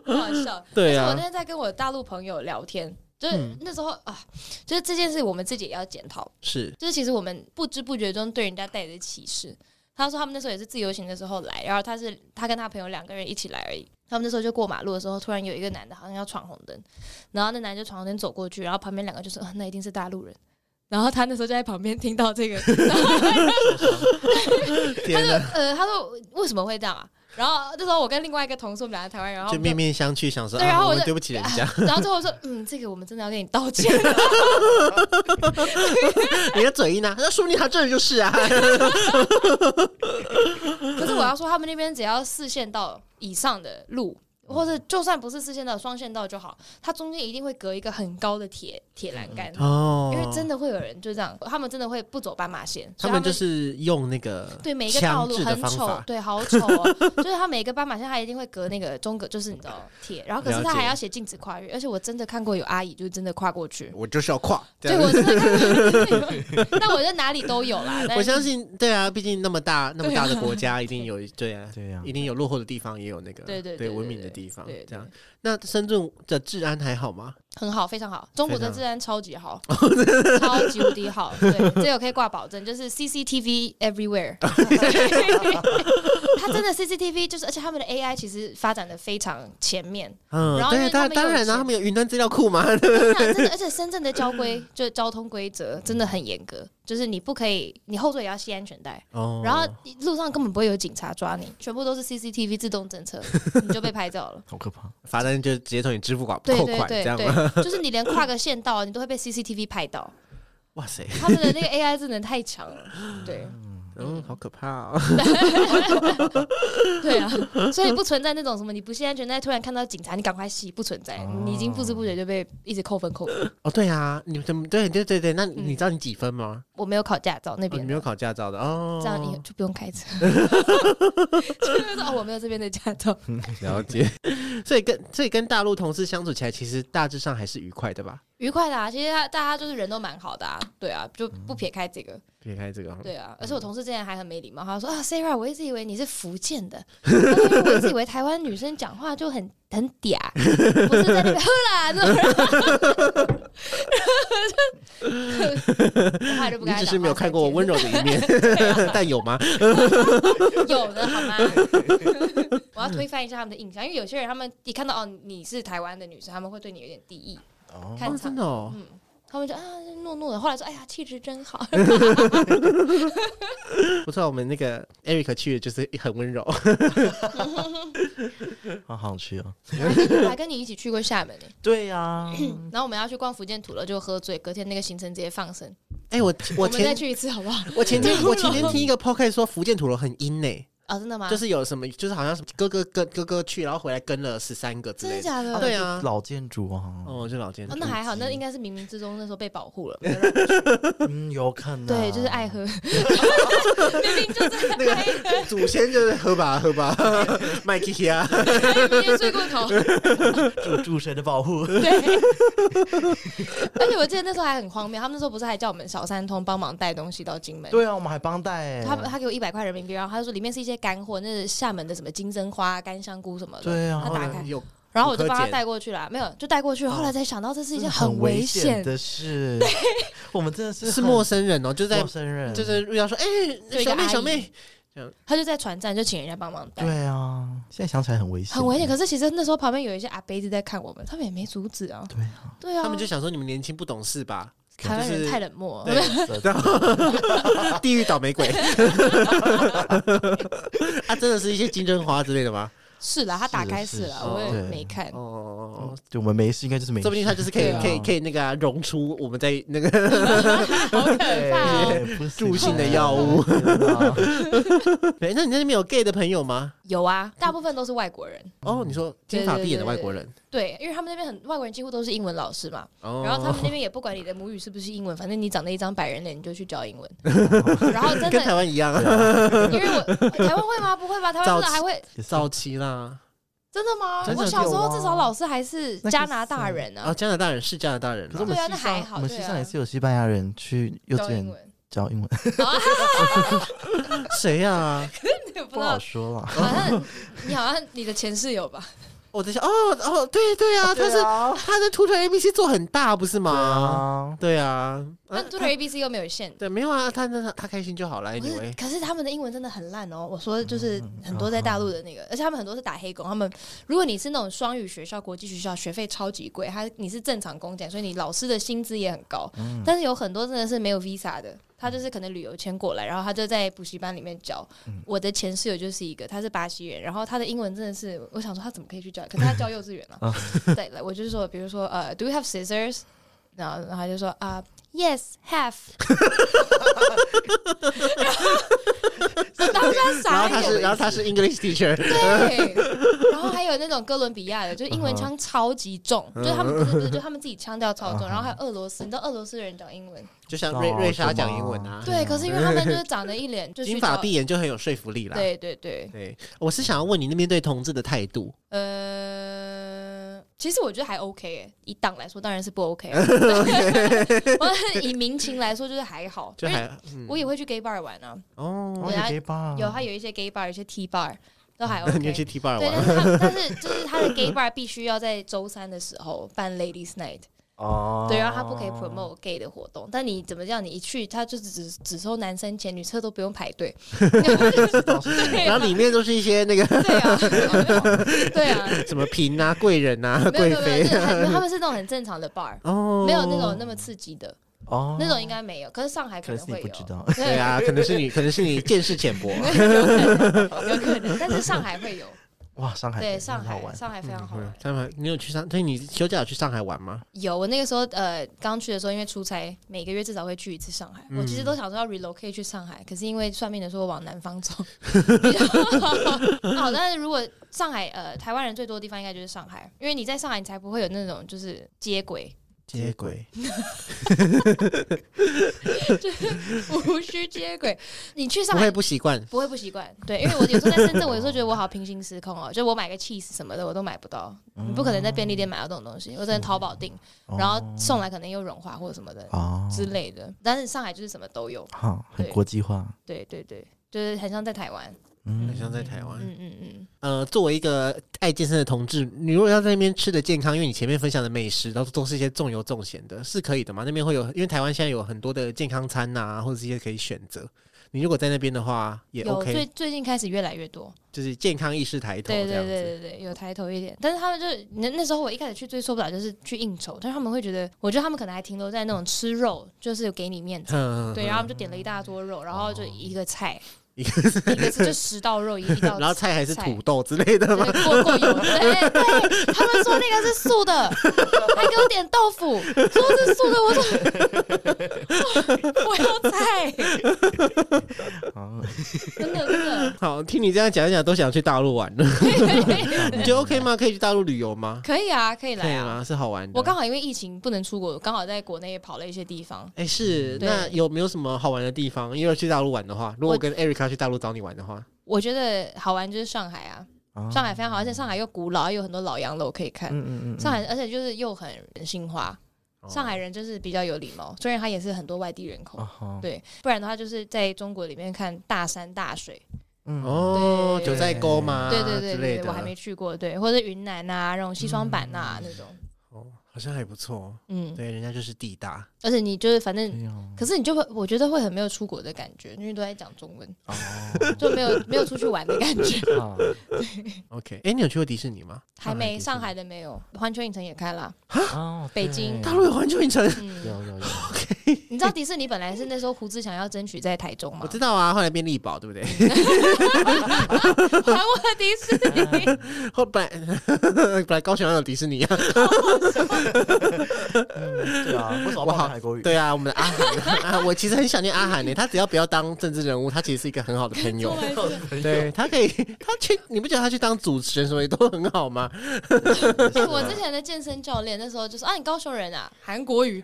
[SPEAKER 2] 很好笑。
[SPEAKER 1] <laughs> 对
[SPEAKER 2] 但是
[SPEAKER 1] 啊，
[SPEAKER 2] 我那天在跟我大陆朋友聊天，就是
[SPEAKER 1] 嗯
[SPEAKER 2] 那时候、啊，就是这件事我们自己也要检讨。
[SPEAKER 1] 是
[SPEAKER 2] 就是其实我们不知不觉中对人家带着歧视。他说他们那时候也是自由行的时候来，然后他是他跟他朋友两个人一起来而已。他们那时候就过马路的时候，突然有一个男的好像要闯红灯，然后那男的就闯红灯走过去，然后旁边两个就说、啊那一定是大陆人。然后他那时候就在旁边听到这个，
[SPEAKER 1] 天哪，
[SPEAKER 2] 呃，他说为什么会这样啊？然后那时候我跟另外一个同事，我们俩在台湾，然后我
[SPEAKER 1] 就
[SPEAKER 2] 们就
[SPEAKER 1] 面面相觑，想说
[SPEAKER 2] 对然后
[SPEAKER 1] 啊，
[SPEAKER 2] 我
[SPEAKER 1] 我
[SPEAKER 2] 就
[SPEAKER 1] 们对不起人
[SPEAKER 2] <laughs>
[SPEAKER 1] 家，
[SPEAKER 2] 然后最后说，嗯，这个我们真的要跟你道歉。
[SPEAKER 1] 你的嘴硬啊，那说不定他真的就是啊，
[SPEAKER 2] 可是我要说，他们那边只要四线道以上的路，
[SPEAKER 1] 嗯
[SPEAKER 2] 或是就算不是四线道，双线道就好，它中间一定会隔一个很高的铁铁栏杆，
[SPEAKER 1] 哦
[SPEAKER 2] 因为真的会有人就这样，他们真的会不走斑马线，所
[SPEAKER 1] 他
[SPEAKER 2] 以
[SPEAKER 1] 们就是用那个
[SPEAKER 2] 对每一个道路
[SPEAKER 1] 强制的
[SPEAKER 2] 很
[SPEAKER 1] 方
[SPEAKER 2] 丑
[SPEAKER 1] 法，
[SPEAKER 2] 对，好丑
[SPEAKER 1] <laughs>
[SPEAKER 2] 哦。就是他每一个斑马线，他一定会隔那个中隔，就是你知道铁，然后可是
[SPEAKER 1] 了
[SPEAKER 2] 他
[SPEAKER 1] 解
[SPEAKER 2] 还要写禁止跨越，而且我真的看过有阿姨就是真的跨过去，
[SPEAKER 1] 我就是要跨。这
[SPEAKER 2] 对
[SPEAKER 1] 样
[SPEAKER 2] 我真的看过， <laughs> 但我就哪里都有
[SPEAKER 1] <laughs>
[SPEAKER 2] 啦。但
[SPEAKER 1] 我相信，对啊，毕竟那么大那么
[SPEAKER 2] 啊
[SPEAKER 1] 大的国家，一定
[SPEAKER 2] <laughs>
[SPEAKER 1] 有对啊，
[SPEAKER 3] 对呀、
[SPEAKER 1] 一定有落后的地方，也有那个
[SPEAKER 2] 对对对对
[SPEAKER 1] 文明的地方
[SPEAKER 2] 对对，
[SPEAKER 1] 这样
[SPEAKER 2] 对。
[SPEAKER 1] 那深圳的治安还好吗？
[SPEAKER 2] 很好，非常好，中国
[SPEAKER 1] 非
[SPEAKER 2] 的
[SPEAKER 1] 常哦
[SPEAKER 2] 治安超级
[SPEAKER 1] <laughs>
[SPEAKER 2] 好，超级无敌好。对， <laughs> 这个可以挂保证，就是 CCTV
[SPEAKER 1] <laughs>
[SPEAKER 2] everywhere。它真的 CCTV 就是，而且他们的 AI 其实发展的非常前面。 <laughs>
[SPEAKER 1] 嗯
[SPEAKER 2] 然，后因
[SPEAKER 1] 对，
[SPEAKER 2] 为
[SPEAKER 1] 当然当
[SPEAKER 2] 他们有
[SPEAKER 1] 然啦，
[SPEAKER 2] 钱
[SPEAKER 1] 他们有云端资料
[SPEAKER 2] <laughs>
[SPEAKER 1] 库嘛，
[SPEAKER 2] 真的，真的，而且深圳的
[SPEAKER 1] <laughs>
[SPEAKER 2] 交规就是交通规则真的很严格，就是你不可以，你后座也要系安全带，
[SPEAKER 1] 哦
[SPEAKER 2] 然后路上根本不会有警察抓你，全部都是 CCTV 自动侦
[SPEAKER 1] <laughs>
[SPEAKER 2] 测，你就被拍照了。
[SPEAKER 3] 好可怕。
[SPEAKER 1] 罚单就直接从你支付宝
[SPEAKER 2] 对
[SPEAKER 1] 扣
[SPEAKER 2] 对
[SPEAKER 1] 款，这
[SPEAKER 2] 对
[SPEAKER 1] 样吗？
[SPEAKER 2] 对，就是你连跨个县道，啊你都会被 CCTV 拍到。
[SPEAKER 1] 哇塞，
[SPEAKER 2] 他们的
[SPEAKER 1] <laughs>
[SPEAKER 2] 那个 AI 真的太强了，对
[SPEAKER 1] 嗯，好可怕哦！
[SPEAKER 2] 对啊，所以不存在那种什么你不系安全带，突然看到警察你赶快系，不存在，你已经不知不觉就被一直扣分扣分。
[SPEAKER 1] 哦，对啊，你怎么对对对对？
[SPEAKER 2] 嗯
[SPEAKER 1] 那你知道你几分吗？
[SPEAKER 2] 我没有考驾照
[SPEAKER 1] 哦
[SPEAKER 2] 那
[SPEAKER 1] 你
[SPEAKER 2] 边
[SPEAKER 1] 没
[SPEAKER 2] 的，
[SPEAKER 1] 有考驾照的哦，
[SPEAKER 2] 这样你就不用开车，
[SPEAKER 1] <laughs>
[SPEAKER 2] 就是说哦我没有这边的驾照，
[SPEAKER 1] 了解。 <laughs> 所以跟所以跟大陆同事相处起来，其实大致上还是愉快的吧？
[SPEAKER 2] 愉快的啊，其实他大家就是人都蛮好的啊，对啊，就不撇开这个，
[SPEAKER 1] 撇开这个，
[SPEAKER 2] 对啊，而且
[SPEAKER 1] 嗯
[SPEAKER 2] 我同事之前还很没礼貌，他说啊，Sarah，我一直以为你是福建的，他说因为我一直以为台湾女生讲话就很很嗲，不是在那边喝啦那种，
[SPEAKER 1] <laughs>
[SPEAKER 2] 然后就然后他就不 <laughs>
[SPEAKER 1] 你
[SPEAKER 2] 敢。
[SPEAKER 1] 只是没有看过我温柔的一
[SPEAKER 2] <laughs>
[SPEAKER 1] 面，
[SPEAKER 2] 啊
[SPEAKER 1] <laughs> 但有吗？
[SPEAKER 2] 有的好吗？我要推翻一下他们的印象，因为有些人他们一看到哦你是台湾的女生，他们会对你有点敌意，
[SPEAKER 3] 哦，
[SPEAKER 2] 看
[SPEAKER 1] 哦，
[SPEAKER 2] 场
[SPEAKER 1] 真的哦，
[SPEAKER 2] 他们就啊诺诺的，后来说哎呀气质真好。嗯
[SPEAKER 1] 不错，我们那个 Eric 去的就是很温柔，
[SPEAKER 3] 好好去哦。
[SPEAKER 2] 我还跟你一起去过厦门呢、
[SPEAKER 3] 对呀、
[SPEAKER 2] 然后我们要去逛福建土了，就喝醉，隔天那个行程直接放生。
[SPEAKER 1] <laughs> 哎，我
[SPEAKER 2] 我
[SPEAKER 1] 我
[SPEAKER 2] 们再
[SPEAKER 1] 前
[SPEAKER 2] 去一次好不好？
[SPEAKER 1] 我前天我前天听一个 p o c a s t 说福建土楼很阴呢，
[SPEAKER 2] <laughs> 啊，真的吗？
[SPEAKER 1] 就是有什么就是好像什么哥哥跟哥哥去，然后回来跟了十三个之
[SPEAKER 2] 真
[SPEAKER 1] 类
[SPEAKER 2] 的
[SPEAKER 1] 的，
[SPEAKER 2] 假的？
[SPEAKER 1] 对啊，
[SPEAKER 3] <clears throat> 老建筑啊，
[SPEAKER 1] 哦，就老天
[SPEAKER 2] 哦，，那还好，那应该是冥冥之中那时候被保护了。
[SPEAKER 3] 嗯，有可能。
[SPEAKER 2] 对，就是爱喝，明明就是爱喝，
[SPEAKER 1] 祖先就是喝吧 <laughs> 喝
[SPEAKER 2] <laughs>
[SPEAKER 1] 吧，麦基啊，
[SPEAKER 2] 明天睡过头。
[SPEAKER 3] 主主神的保护。 <laughs>
[SPEAKER 2] 对， <laughs> 而且我记得那时候还很荒谬，他们那时候不是还叫我们小三通帮忙带东西到金门？
[SPEAKER 3] 对啊，我们还帮带、欸。
[SPEAKER 2] 他他给我一百块人民币，然后他就说里面是一些干货，那是厦门的什么金针花、干香菇什么的。
[SPEAKER 3] 对啊
[SPEAKER 2] 他打开，
[SPEAKER 1] 有
[SPEAKER 2] 然后我就帮
[SPEAKER 1] 骨
[SPEAKER 2] 他
[SPEAKER 1] 科碱
[SPEAKER 2] 带过去了，没有就带过去。后来才想到这是一件
[SPEAKER 3] 很
[SPEAKER 2] 危
[SPEAKER 3] 险
[SPEAKER 2] 险
[SPEAKER 3] 的
[SPEAKER 2] <laughs>
[SPEAKER 3] 事。我们真的是
[SPEAKER 1] 是
[SPEAKER 3] 很
[SPEAKER 1] 陌生人哦，就在
[SPEAKER 3] 陌生人，
[SPEAKER 1] 就是遇到说，哎、
[SPEAKER 2] 就一
[SPEAKER 1] 小
[SPEAKER 2] 个阿
[SPEAKER 1] 妹
[SPEAKER 2] 姨
[SPEAKER 1] 小妹，
[SPEAKER 2] 他就在船站就请人家帮忙带，
[SPEAKER 3] 对啊。现在想起来很危险，
[SPEAKER 2] 很危险。。可是其实那时候旁边有一些阿伯一直在看我们，他们也没阻止啊。
[SPEAKER 3] 对啊，
[SPEAKER 2] 对啊，
[SPEAKER 1] 他们就想说你们年轻不懂事吧？
[SPEAKER 2] 台湾
[SPEAKER 1] 就
[SPEAKER 2] 人
[SPEAKER 1] 是
[SPEAKER 2] 太冷漠。
[SPEAKER 1] 对然 <laughs> 后地狱倒霉 <laughs> 鬼啊，真的是一些金针花之类的吗？
[SPEAKER 2] 是啦，他打
[SPEAKER 3] 是
[SPEAKER 2] 开
[SPEAKER 3] 是
[SPEAKER 2] 是啦，
[SPEAKER 3] 是
[SPEAKER 2] 我也
[SPEAKER 3] 对
[SPEAKER 2] 没看。
[SPEAKER 1] 哦哦哦，
[SPEAKER 3] 就我们没事，应该就是没事。
[SPEAKER 1] 说不定他就是可以
[SPEAKER 2] 对啊
[SPEAKER 1] 可以可以那个啊溶出我们在那个 <laughs>
[SPEAKER 2] 好可怕哦！
[SPEAKER 3] 对不是
[SPEAKER 1] 助兴的药物
[SPEAKER 3] 天哪
[SPEAKER 1] 对，那你那边有 gay 的朋友吗？
[SPEAKER 2] 有啊，大部分都是外国人。
[SPEAKER 1] 哦，你说金发碧眼的外国人，
[SPEAKER 2] 对，因为他们那边很外国人几乎都是英文老师嘛，
[SPEAKER 1] 哦，
[SPEAKER 2] 然后他们那边也不管你的母语是不是英文，反正你长得一张白人脸，你就去教英文。然后真
[SPEAKER 1] 跟台
[SPEAKER 2] 的，
[SPEAKER 1] 湾一样啊，
[SPEAKER 2] <laughs> 因为我哎台湾会吗？不会吧？台湾真的还会
[SPEAKER 3] 也是
[SPEAKER 1] <laughs> 早期啦，
[SPEAKER 2] 真的吗
[SPEAKER 1] 真？的
[SPEAKER 2] 我小时候
[SPEAKER 3] 有啊
[SPEAKER 2] 至少老师还是加拿大人
[SPEAKER 1] 啊，
[SPEAKER 2] 啊，
[SPEAKER 1] 加拿大人是加拿大人
[SPEAKER 3] 可是我
[SPEAKER 1] 啦，
[SPEAKER 3] 们
[SPEAKER 2] 对啊
[SPEAKER 3] 系
[SPEAKER 2] 那
[SPEAKER 3] 上
[SPEAKER 2] 还好
[SPEAKER 3] 我们
[SPEAKER 2] 对
[SPEAKER 3] 系
[SPEAKER 2] 啊
[SPEAKER 3] 上也是有西班牙人去幼
[SPEAKER 2] 教
[SPEAKER 3] 稚
[SPEAKER 2] 英
[SPEAKER 3] 园
[SPEAKER 2] 文。
[SPEAKER 3] 教英文，
[SPEAKER 2] 啊
[SPEAKER 1] 谁啊呀？
[SPEAKER 2] 不
[SPEAKER 3] 不
[SPEAKER 2] 知
[SPEAKER 3] 好
[SPEAKER 2] <laughs> 道，
[SPEAKER 3] 说了。
[SPEAKER 2] 好像你好像你的前世有吧？
[SPEAKER 1] 我在想，哦哦，对对 <laughs> 啊，他是他的图腾 A B C 做很大，不是吗？
[SPEAKER 3] 啊，
[SPEAKER 1] 对啊，啊
[SPEAKER 2] 但 t u A B C 又没有限。
[SPEAKER 1] 对，没有啊，他他他开心就好了
[SPEAKER 2] 不是
[SPEAKER 1] ，anyway，。
[SPEAKER 2] 可是他们的英文真的很烂哦。我说就是很多在大陆的那个，而且他们很多是打黑工。他们如果你是那种双语学校、国际学校，学费超级贵，他你是正常工钱，所以你老师的薪资也很高。
[SPEAKER 1] 嗯
[SPEAKER 3] 嗯
[SPEAKER 2] 但是有很多真的是没有 visa 的，他就是可能旅游签过来，然后他就在补习班里面教。
[SPEAKER 1] 嗯
[SPEAKER 2] 我的前室友就是一个，他是巴西人，然后他的英文真的是，我想说他怎么可以去教？可是他教幼稚园啊。对，来我就是说，比如说呃，Do you have scissors？然后然后他就说啊、yes have，然后我当时
[SPEAKER 1] 然后
[SPEAKER 2] 傻
[SPEAKER 1] 他
[SPEAKER 2] 眼
[SPEAKER 1] 是，，然后他是 English
[SPEAKER 2] <laughs>
[SPEAKER 1] teacher，
[SPEAKER 2] 对，然后还有那种哥伦比亚的，就是
[SPEAKER 1] 嗯
[SPEAKER 2] 英文腔超级重，
[SPEAKER 1] 嗯哼
[SPEAKER 2] 就是他们不是就他们自己腔调超重，
[SPEAKER 3] 嗯哼
[SPEAKER 2] 然后还有俄罗斯，你知道俄罗斯人讲英文，
[SPEAKER 1] 就像瑞
[SPEAKER 3] 哦
[SPEAKER 1] 瑞莎
[SPEAKER 3] 懂
[SPEAKER 1] 讲英文啊，
[SPEAKER 2] 对，可是因为他们就是长得
[SPEAKER 1] <laughs>
[SPEAKER 2] 一脸就是
[SPEAKER 1] 金发碧眼就很有说服力啦。
[SPEAKER 2] 对对对，
[SPEAKER 1] 对，我是想要问你那边对同志的态度，
[SPEAKER 2] 呃，其实我觉得还 OK，耶以党来说当然是不 OK，啊
[SPEAKER 1] <laughs>
[SPEAKER 2] 我以民情来说就是还好，
[SPEAKER 1] 就
[SPEAKER 2] 因为
[SPEAKER 1] 还嗯
[SPEAKER 2] 哎我也会去 gay bar 玩啊，
[SPEAKER 1] 哦，
[SPEAKER 3] 哦，也可以吧？
[SPEAKER 2] 有它有一些 gay bar，有一些 T bar 都还
[SPEAKER 1] <laughs> 你也去
[SPEAKER 2] OK。
[SPEAKER 1] T bar
[SPEAKER 2] 对，
[SPEAKER 1] 玩啊
[SPEAKER 2] 但是
[SPEAKER 1] <laughs>
[SPEAKER 2] 他但是就是他的 gay bar 必须要在周三的时候办 ladies night，
[SPEAKER 3] 哦，
[SPEAKER 2] 对，然后他不可以 promote gay 的活动，但你怎么样？你一去，他就只只只收男生钱，女厕都不用排
[SPEAKER 1] <laughs>
[SPEAKER 2] 队。对
[SPEAKER 1] 然后里面都是一些
[SPEAKER 2] <laughs>
[SPEAKER 1] 那个
[SPEAKER 2] 对
[SPEAKER 3] <laughs>
[SPEAKER 2] 啊，对啊，
[SPEAKER 1] 什么嫔啊、贵人啊、
[SPEAKER 2] 没有没
[SPEAKER 1] 贵
[SPEAKER 2] 有没
[SPEAKER 1] 妃
[SPEAKER 2] 有就是很，他们是那种很正常的 bar，
[SPEAKER 1] 哦，
[SPEAKER 2] 没有那种那么刺激的，
[SPEAKER 3] 哦，
[SPEAKER 2] 那种应该没有。可是上海
[SPEAKER 3] 可能
[SPEAKER 2] 能
[SPEAKER 3] 是你
[SPEAKER 2] 会
[SPEAKER 3] 不知
[SPEAKER 2] 有，
[SPEAKER 3] 道，
[SPEAKER 1] 对
[SPEAKER 2] <laughs>
[SPEAKER 1] 啊，可能是你，可能是你见识浅薄。啊
[SPEAKER 2] 有可能，但是上海会有。
[SPEAKER 3] <laughs> 哇，上海
[SPEAKER 2] 对，
[SPEAKER 3] 真的
[SPEAKER 2] 上
[SPEAKER 3] 很好
[SPEAKER 2] 海
[SPEAKER 3] 玩嗯
[SPEAKER 2] 上海非常好玩。
[SPEAKER 1] 嗯他们，你有去上？所以你休假有去上海玩吗？
[SPEAKER 2] 有，我那个时候呃刚去的时候，因为出差，每个月至少会去一次上海。我
[SPEAKER 3] 嗯
[SPEAKER 2] 其实都想说要 relocate 去上海，可是因为算命的说我往南
[SPEAKER 3] <laughs>
[SPEAKER 2] 方走比较好。哦，但是如果上海呃台湾人最多的地方应该就是上海，因为你在上海你才不会有那种就是接轨
[SPEAKER 3] 接轨，
[SPEAKER 2] 无需接轨， <laughs> 你去上
[SPEAKER 1] 不
[SPEAKER 2] 海
[SPEAKER 1] 会。不习惯，
[SPEAKER 2] 不会不习惯，对，因为我有时候在深圳，我有时候觉得我好平行时空哦，就 <laughs> 我买个 cheese 什么的，我都买不到，
[SPEAKER 1] 嗯
[SPEAKER 2] 你不可能在便利店买到这种东西，我只能淘宝订，
[SPEAKER 1] 哦
[SPEAKER 2] 然后送来可能又融化或者什么的
[SPEAKER 3] 哦，
[SPEAKER 2] 之类的。但是上海就是什么都有，
[SPEAKER 3] 好，很
[SPEAKER 2] 对
[SPEAKER 3] 国际化，
[SPEAKER 2] 对对对，就是很像在台湾。
[SPEAKER 1] 很
[SPEAKER 3] 嗯，
[SPEAKER 1] 像在台湾。
[SPEAKER 2] 嗯嗯嗯，
[SPEAKER 1] 呃，作为一个爱健身的同志，你如果要在那边吃的健康，因为你前面分享的美食都都是一些重油重咸的，是可以的嘛？那边会有，因为台湾现在有很多的健康餐呐、或者是一些可以选择。你如果在那边的话，也
[SPEAKER 2] 有
[SPEAKER 1] OK，
[SPEAKER 2] 最最近开始越来越多，
[SPEAKER 1] 就是健康意识抬头
[SPEAKER 2] 对
[SPEAKER 1] 这
[SPEAKER 2] 对
[SPEAKER 1] 样
[SPEAKER 2] 对
[SPEAKER 1] 子。
[SPEAKER 2] 对对，有抬头一点。但是他们就那那时候我一开始去最受不了就是去应酬，但是他们会觉得，我觉得他们可能还停留在那种吃肉，就是给你面子。
[SPEAKER 1] 嗯，
[SPEAKER 2] 对，然后
[SPEAKER 1] 后
[SPEAKER 2] 他们就点了一大桌肉，然后就一个菜， <laughs> 一个就十道肉一一
[SPEAKER 1] <laughs>
[SPEAKER 2] 道，
[SPEAKER 1] 然后菜还是
[SPEAKER 2] 菜
[SPEAKER 1] 土豆之类的
[SPEAKER 2] 对
[SPEAKER 1] 吗？
[SPEAKER 2] 过过油，哎对对，他们说那个是素的，还给我点豆腐，说是素的，我说我要菜，
[SPEAKER 3] 哦
[SPEAKER 2] 真的真的。
[SPEAKER 1] 好，听你这样讲一讲，都想去大陆玩了。你觉得 OK 吗？可以去大陆旅游吗？
[SPEAKER 2] <laughs> 可以啊，可以
[SPEAKER 1] 可
[SPEAKER 2] 来
[SPEAKER 1] 以
[SPEAKER 2] 啊。
[SPEAKER 1] 吗？是好玩的。
[SPEAKER 2] 我刚好因为疫情不能出国，刚好在国内也跑了一些地方。
[SPEAKER 1] 哎、是
[SPEAKER 2] 对
[SPEAKER 1] 那有没有什么好玩的地方？因为去大陆玩的话，如果我跟 Erica 去大陆找你玩的话，
[SPEAKER 2] 我觉得好玩就是上海啊，
[SPEAKER 3] 哦
[SPEAKER 2] 上海非常好，而且上海又古老，又有很多老洋楼可以看。
[SPEAKER 3] 嗯嗯嗯，
[SPEAKER 2] 上海，而且就是又很人性化。
[SPEAKER 1] 哦
[SPEAKER 2] 上海人就是比较有礼貌，虽然他也是很多外地人口，
[SPEAKER 3] 哦好，
[SPEAKER 2] 对，不然的话就是在中国里面看大山大水，
[SPEAKER 3] 嗯
[SPEAKER 1] 哦，
[SPEAKER 2] 对
[SPEAKER 1] 九寨沟嘛，
[SPEAKER 2] 对对对
[SPEAKER 1] 啊之类
[SPEAKER 2] 对，
[SPEAKER 1] 的，
[SPEAKER 2] 对我还没去过，对，或者云南啊，那种西双版纳、那种，
[SPEAKER 1] 哦，好像还不错。哦
[SPEAKER 2] 嗯，
[SPEAKER 1] 对，人家就是地大，
[SPEAKER 2] 而且你就是反正，
[SPEAKER 1] 嗯
[SPEAKER 3] 没有哦
[SPEAKER 2] 可是你就会，我觉得会很没有出国的感觉，因为都在讲中文，就
[SPEAKER 1] <laughs>
[SPEAKER 2] 没有没有出去玩的感觉。
[SPEAKER 3] 哦啊
[SPEAKER 1] OK，哎、你有去过迪士尼吗？
[SPEAKER 2] 还没
[SPEAKER 3] 上
[SPEAKER 2] 上
[SPEAKER 3] 海
[SPEAKER 2] 海的没有，环球影城也开了。
[SPEAKER 3] 哦，
[SPEAKER 2] 北
[SPEAKER 3] 对
[SPEAKER 2] 京
[SPEAKER 1] 大陆有环球影城，
[SPEAKER 2] 嗯，
[SPEAKER 1] 啊
[SPEAKER 3] 有
[SPEAKER 2] <laughs>
[SPEAKER 3] 有有，
[SPEAKER 2] 你知道迪士尼本来是那时候胡志强要争取在台中
[SPEAKER 1] 我
[SPEAKER 2] 吗
[SPEAKER 1] 知？道啊，后来变力宝，对不对？
[SPEAKER 2] 还 <laughs> 我迪
[SPEAKER 1] <laughs>
[SPEAKER 2] 士尼，
[SPEAKER 1] 后 <laughs> 本来 <laughs> 本来高雄要有迪士尼啊，
[SPEAKER 3] 对啊，为什么
[SPEAKER 1] 我
[SPEAKER 3] 不
[SPEAKER 1] 好
[SPEAKER 3] 好海国语？
[SPEAKER 1] 对啊，我们的阿涵 <laughs> 啊，我其实很想念阿涵呢、他只要不要当政治人物，他其实是一个很好的朋友。对他可以，他去，你不觉得他去当主持人什么也都很好吗？
[SPEAKER 2] 哎 <laughs> 我之前的健身教练那时候就说啊，你高雄人啊，韩国语，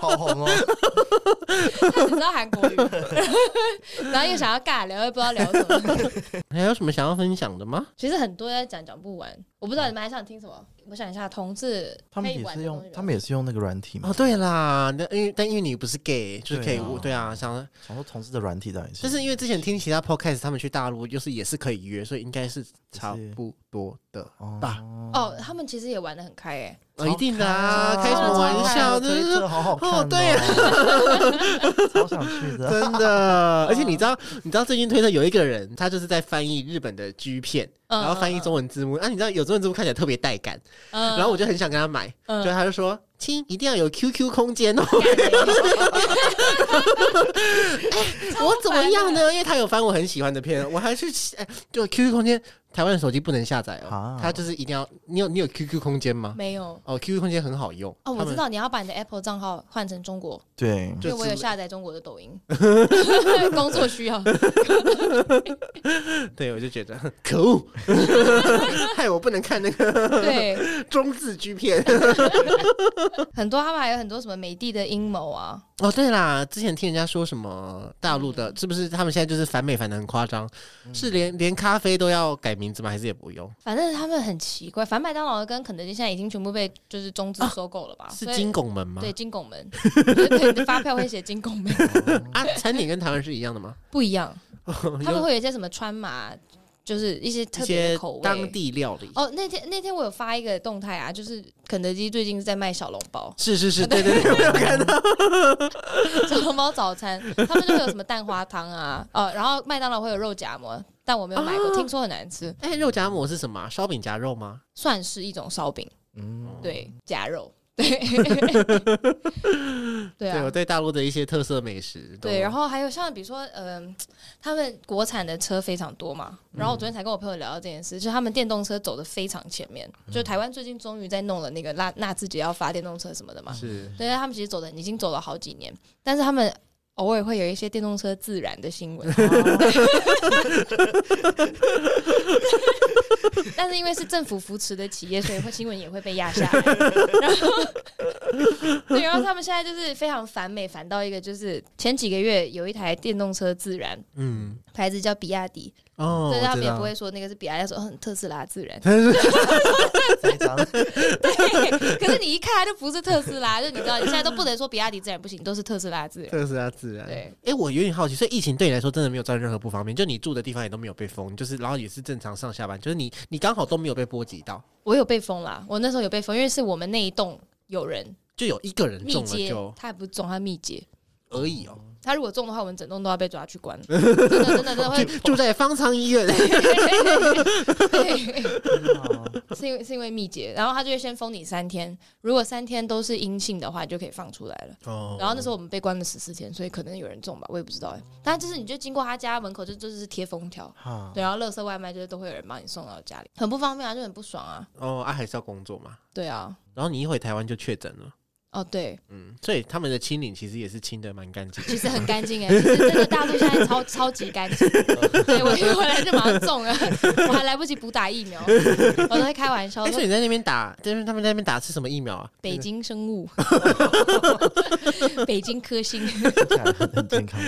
[SPEAKER 3] 好红哦，
[SPEAKER 2] 他只知道韩 <laughs> 国语，然后又想要尬聊，又不知道聊什么。
[SPEAKER 1] 还有什么想要分享的吗？
[SPEAKER 2] 其实很多在讲讲不完，我不知道你们还想听什么。我想一下，同志
[SPEAKER 3] 他们
[SPEAKER 2] 可以
[SPEAKER 3] 也
[SPEAKER 2] 玩
[SPEAKER 3] 是
[SPEAKER 2] 的东西
[SPEAKER 3] 用
[SPEAKER 2] 吧
[SPEAKER 3] 他们也是用那个软体嘛
[SPEAKER 1] 哦，，对啦，那因为但因为你不是 gay，就是可以
[SPEAKER 3] 对啊
[SPEAKER 1] 对啊，想
[SPEAKER 3] 想说同事的软体到底是，
[SPEAKER 1] 就是因为之前听其他 podcast，他们去大陆就是也是可以约，所以应该是差不多的。
[SPEAKER 3] 哦
[SPEAKER 1] 吧
[SPEAKER 2] 哦，他们其实也玩的很开诶、
[SPEAKER 1] 哦，一定的啊，
[SPEAKER 3] 超
[SPEAKER 1] 开什么玩笑？真
[SPEAKER 3] 推
[SPEAKER 1] 是
[SPEAKER 3] 特好好看
[SPEAKER 1] 哦对
[SPEAKER 3] 啊， <laughs> 超想去的，
[SPEAKER 1] 真的，而且你知道，你知道最近推特有一个人，他就是在翻译日本的 G 片，
[SPEAKER 2] 嗯
[SPEAKER 1] 然后翻译中文字幕。啊，你知道有中文字幕看起来特别带感，
[SPEAKER 2] 嗯
[SPEAKER 1] 然后我就很想跟他买，
[SPEAKER 2] 嗯
[SPEAKER 1] 就他就说：“亲，一定要有 QQ 空间哦。”我怎么样呢？因为他有翻我很喜欢的片，我还去哎，就 QQ 空间台湾的手机不能下载哦
[SPEAKER 3] 啊，
[SPEAKER 1] 它就是一定要你有你有 QQ 空间吗？
[SPEAKER 2] 没有
[SPEAKER 1] 哦，QQ 空间很好用
[SPEAKER 2] 哦，我知
[SPEAKER 1] 他们
[SPEAKER 2] 道你要把你的 Apple 账号换成中国，
[SPEAKER 3] 对，
[SPEAKER 1] 就
[SPEAKER 2] 因为我
[SPEAKER 1] 之
[SPEAKER 2] 有
[SPEAKER 1] 类
[SPEAKER 2] 下载中国的抖
[SPEAKER 1] <laughs>
[SPEAKER 2] 音，工作需要。
[SPEAKER 1] 对我就觉得可恶， <laughs> 害我不能看那个 <laughs>
[SPEAKER 2] 对，
[SPEAKER 1] 中字 G 片。
[SPEAKER 2] 很多他们还有很多什么美的的阴谋啊，
[SPEAKER 1] 哦，对啦，之前听人家说什么大陆
[SPEAKER 2] 嗯
[SPEAKER 1] 的，是不是他们现在就是反美反的很夸张？是连连咖啡都要改名字吗？还是也不用？
[SPEAKER 2] 反正他们很奇怪。反正麦当劳跟肯德基现在已经全部被就是中资收购了吧？
[SPEAKER 1] 啊是
[SPEAKER 2] 所以
[SPEAKER 1] 金拱门吗？
[SPEAKER 2] 对金拱门， <laughs> 对对发票会写金拱门，
[SPEAKER 1] 啊，餐点跟台湾是一样的吗？
[SPEAKER 2] 不
[SPEAKER 1] <laughs>
[SPEAKER 2] 一样。他们
[SPEAKER 1] 哦有
[SPEAKER 2] 会有一些什么川麻，就是一些
[SPEAKER 1] 一
[SPEAKER 2] 特别
[SPEAKER 1] 些
[SPEAKER 2] 的口味。
[SPEAKER 1] 当地料理。，
[SPEAKER 2] 哦，那天那天我有发一个动态啊，就是肯德基最近是在卖小笼包 <laughs>
[SPEAKER 1] 是是是，对对对，我有看到。
[SPEAKER 2] 小笼包早餐，他们就会有什么蛋花汤啊，哦，然后麦当劳会有肉夹馍，但我没有买过，
[SPEAKER 1] 啊
[SPEAKER 2] 听说很难吃，
[SPEAKER 1] 哎，肉夹馍是什么啊？烧饼夹肉吗？
[SPEAKER 2] 算是一种烧饼，
[SPEAKER 3] 嗯，
[SPEAKER 2] 对，
[SPEAKER 1] 哦
[SPEAKER 2] <laughs> 夹肉，
[SPEAKER 1] <laughs>
[SPEAKER 2] 对，对
[SPEAKER 1] 对，我
[SPEAKER 2] 啊。
[SPEAKER 1] 对大陆的一些特色美食都。
[SPEAKER 2] 对，然后还有像比如说，嗯、他们国产的车非常多嘛。然后我昨天才跟我朋友聊到这件事，就是他们电动车走的非常前面。就台湾最近终于在弄了那个纳纳智捷要发电动车什么的嘛。
[SPEAKER 1] 是
[SPEAKER 2] 对，他们其实走的已经走了好几年，但是他们偶尔会有一些电动车自燃的新闻， <laughs> 但是因为是政府扶持的企业，所以会新闻也会被压下来。然后， <laughs> 对，然后他们现在就是非常反美，反到一个就是前几个月有一台电动车自燃，
[SPEAKER 1] 嗯
[SPEAKER 2] 牌子叫比亚迪，
[SPEAKER 1] 哦，
[SPEAKER 2] 所以
[SPEAKER 1] 我
[SPEAKER 2] 他们
[SPEAKER 1] 知
[SPEAKER 2] 也
[SPEAKER 1] 道
[SPEAKER 2] 不会说那个是比亚迪，说嗯特斯拉自
[SPEAKER 1] <laughs>
[SPEAKER 2] 燃。
[SPEAKER 1] 但是
[SPEAKER 3] 非常
[SPEAKER 2] 对，可是你一看它就不是特斯拉， <laughs> 就你知道，你现在都不能说比亚迪自燃不行，都是特斯拉自燃。
[SPEAKER 1] 特斯拉自然。
[SPEAKER 2] 对，
[SPEAKER 1] 哎，我有点好奇，所以疫情对你来说真的没有造成任何不方便，就你住的地方也都没有被封，就是然后也是正常上下班，就是你你刚好都没有被波及到，
[SPEAKER 2] 我有被封啦，我那时候有被封，因为是我们那一栋有人
[SPEAKER 1] 就有一个人
[SPEAKER 2] 密
[SPEAKER 1] 中了
[SPEAKER 2] 接
[SPEAKER 1] 就，
[SPEAKER 2] 他也不是中，他密接，
[SPEAKER 1] 而已哦，
[SPEAKER 2] 他如果中的话，我们整栋都要被抓
[SPEAKER 1] <laughs>
[SPEAKER 2] 去关，真的真的真的会
[SPEAKER 1] 住住在方舱医
[SPEAKER 2] <laughs>
[SPEAKER 1] 院。
[SPEAKER 2] 对， <laughs> 是因为是因为密接，然后他就会先封你三天，如果三天都是阴性的话，你就可以放出来了。
[SPEAKER 1] 哦
[SPEAKER 2] 然后那时候我们被关了十四天，所以可能有人中吧，我也不知道哎、但就是你就经过他家门口，就就是贴封条，
[SPEAKER 3] 哈，
[SPEAKER 2] 对，然后垃圾外卖就是都会有人帮你送到家里，很不方便啊，就很不爽啊。
[SPEAKER 1] 哦，啊还是要工作嘛，
[SPEAKER 2] 对啊，
[SPEAKER 1] 然后你一回台湾就确诊了。
[SPEAKER 2] 哦对，
[SPEAKER 1] 嗯，所以他们的清零其实也是清的蛮干净的。
[SPEAKER 2] 其实很干净哎，其实真的大陆现在超 <laughs> 超级干净，对我一回来就马上中了，我还来不及补打疫苗，哦我都会开玩笑
[SPEAKER 1] 哎、所
[SPEAKER 2] 说
[SPEAKER 1] 以你在那边打，就是他们在那边打是什么疫苗
[SPEAKER 2] <laughs>
[SPEAKER 1] 啊？
[SPEAKER 2] 北京生物，北京
[SPEAKER 1] <laughs>
[SPEAKER 2] 科兴，
[SPEAKER 3] 听起来很很健康。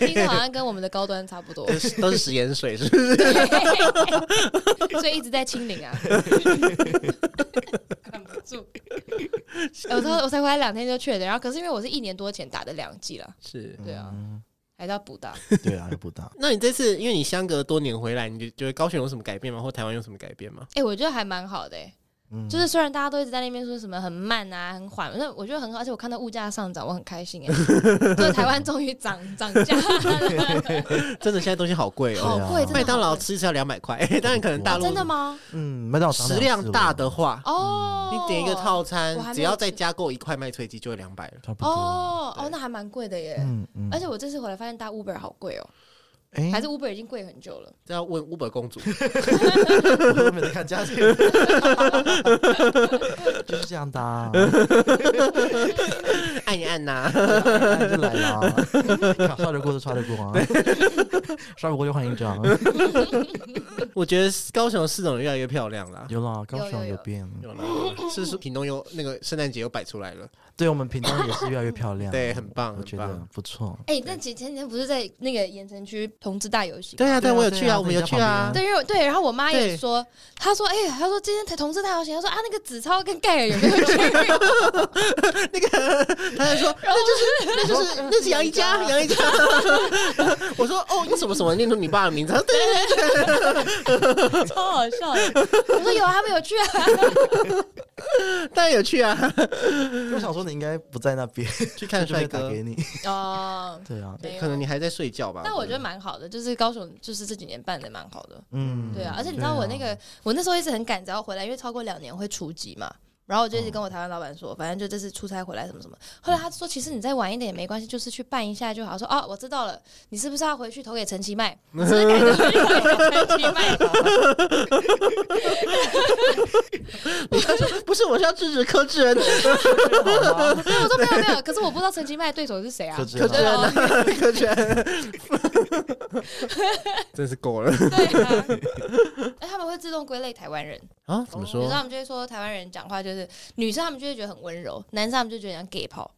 [SPEAKER 2] 听着好像跟我们的高端差
[SPEAKER 1] <laughs>
[SPEAKER 2] 不多，
[SPEAKER 1] 都是都是食盐水，是不是？
[SPEAKER 2] 所以一直在清零 <laughs> 啊，管不住。我才我才回来两天就确诊，然后可是因为我是一年多前打的两剂了，
[SPEAKER 1] 是。
[SPEAKER 2] 对啊
[SPEAKER 3] 嗯，
[SPEAKER 2] 还是要补打。
[SPEAKER 3] 对啊，又不大。
[SPEAKER 1] 那你这次因为你相隔多年回来，你就觉得高雄有什么改变吗？或台湾有什么改变吗？
[SPEAKER 2] 哎、我觉得还蛮好的、欸，
[SPEAKER 3] 嗯，
[SPEAKER 2] 就是虽然大家都一直在那边说什么很慢啊、很缓，那我觉得很好，而且我看到物价上涨，我很开心哎、就是台湾终于涨涨价了，
[SPEAKER 1] <laughs> 真的现在东西好贵哦，
[SPEAKER 2] 好贵，真的好贵
[SPEAKER 1] 麦当劳吃一次要两百块， <laughs> 当然可能大陆
[SPEAKER 2] 真的吗？
[SPEAKER 3] 嗯，麦当劳长
[SPEAKER 1] 食量大的话，
[SPEAKER 2] 哦，
[SPEAKER 1] 你点一个套餐
[SPEAKER 2] 我还没，有
[SPEAKER 1] 只要再
[SPEAKER 2] 吃
[SPEAKER 1] 加购一块麦脆鸡就两百了。
[SPEAKER 3] 差不多。
[SPEAKER 2] 哦
[SPEAKER 1] 对
[SPEAKER 2] 哦，那还蛮贵的耶。
[SPEAKER 3] 嗯嗯，
[SPEAKER 2] 而且我这次回来发现搭 Uber 好贵哦，
[SPEAKER 3] 哎，
[SPEAKER 2] 还是 Uber 已经贵很久了。
[SPEAKER 1] 这要问 Uber 公
[SPEAKER 2] <laughs>
[SPEAKER 1] 主，
[SPEAKER 3] 我都没在看价钱，就是这样的
[SPEAKER 1] <laughs>
[SPEAKER 3] 啊，
[SPEAKER 1] 按一按呐、
[SPEAKER 3] 那就来啦，刷得过就刷得过啊，刷不过就换一张。
[SPEAKER 1] 我觉得高雄的市容越来越漂亮啦。
[SPEAKER 3] 有啦，高
[SPEAKER 2] 有有
[SPEAKER 3] 雄有
[SPEAKER 2] 有
[SPEAKER 3] 变，
[SPEAKER 1] 有啦，是说屏东又那个圣诞节又摆出来了，
[SPEAKER 3] 对我们屏东也是越来越漂亮，
[SPEAKER 1] 对，很棒，
[SPEAKER 3] 嗯我
[SPEAKER 1] 很
[SPEAKER 3] 觉得
[SPEAKER 1] 棒。
[SPEAKER 3] 不错。
[SPEAKER 2] 哎、那前前几天不是在那个盐城区同志大游行？
[SPEAKER 1] 对啊，
[SPEAKER 3] 对啊
[SPEAKER 1] 我有
[SPEAKER 3] 对啊
[SPEAKER 1] 去啊，
[SPEAKER 3] 在
[SPEAKER 1] 我们有
[SPEAKER 3] 你家
[SPEAKER 1] 去啊
[SPEAKER 3] 旁，
[SPEAKER 2] 对，因为我对，然后我妈
[SPEAKER 1] 对
[SPEAKER 2] 也说，她说，哎、她说今天同志大游行，她说啊，那个子超跟盖尔有没有去？
[SPEAKER 1] 他就说
[SPEAKER 2] <laughs> 然后
[SPEAKER 1] 那就是
[SPEAKER 2] <laughs>
[SPEAKER 1] 那是杨一家，杨一家。 <laughs> 我说哦，你什么什么念出你爸的名字？他说 <laughs> 对，
[SPEAKER 2] 我就 <laughs> 超好笑的。我说有啊，他们有去啊。
[SPEAKER 1] 当然有去啊，
[SPEAKER 3] 我想说你应该不在那边，
[SPEAKER 1] 去看
[SPEAKER 3] 就会
[SPEAKER 1] 帅
[SPEAKER 3] 打
[SPEAKER 1] 哥
[SPEAKER 3] 给。你。
[SPEAKER 2] 哦，
[SPEAKER 3] 对
[SPEAKER 1] <laughs>
[SPEAKER 3] 啊，
[SPEAKER 2] 没有
[SPEAKER 1] 可能你还在睡觉吧？
[SPEAKER 2] 但我觉得蛮好的，就是高雄，就是这几年办的蛮好的。啊
[SPEAKER 3] 嗯，
[SPEAKER 1] <laughs>
[SPEAKER 2] 对啊，而且你知道我那个，我那时候一直很赶着要回来，因为超过两年会除籍嘛。然后我就一直跟我台湾老板说，反正就这次出差回来什么什么。后来他说，其实你再晚一点也没关系，就是去办一下就好。说哦，我知道了，你是不是要回去投给陈其迈？你是不是改成去投给陈其迈？
[SPEAKER 1] <laughs> 不是，我是要制止柯智 <laughs> 恩， <laughs>
[SPEAKER 3] 好吗？
[SPEAKER 2] 我说没有没有，可是我不知道陈其迈的对手是谁啊
[SPEAKER 3] 柯。智
[SPEAKER 1] 柯
[SPEAKER 3] 恩
[SPEAKER 1] 智
[SPEAKER 2] 对
[SPEAKER 1] 恩
[SPEAKER 2] 哦
[SPEAKER 1] 啊，柯智恩， <laughs> 真是够了
[SPEAKER 2] 对啊，哎，他们会自动归类台湾人。
[SPEAKER 1] 啊！怎么
[SPEAKER 2] 比如
[SPEAKER 1] 说
[SPEAKER 2] 说？他们就会说台湾人讲话就是女生，他们就会觉得很温柔；男生他们就觉得像 gay 炮。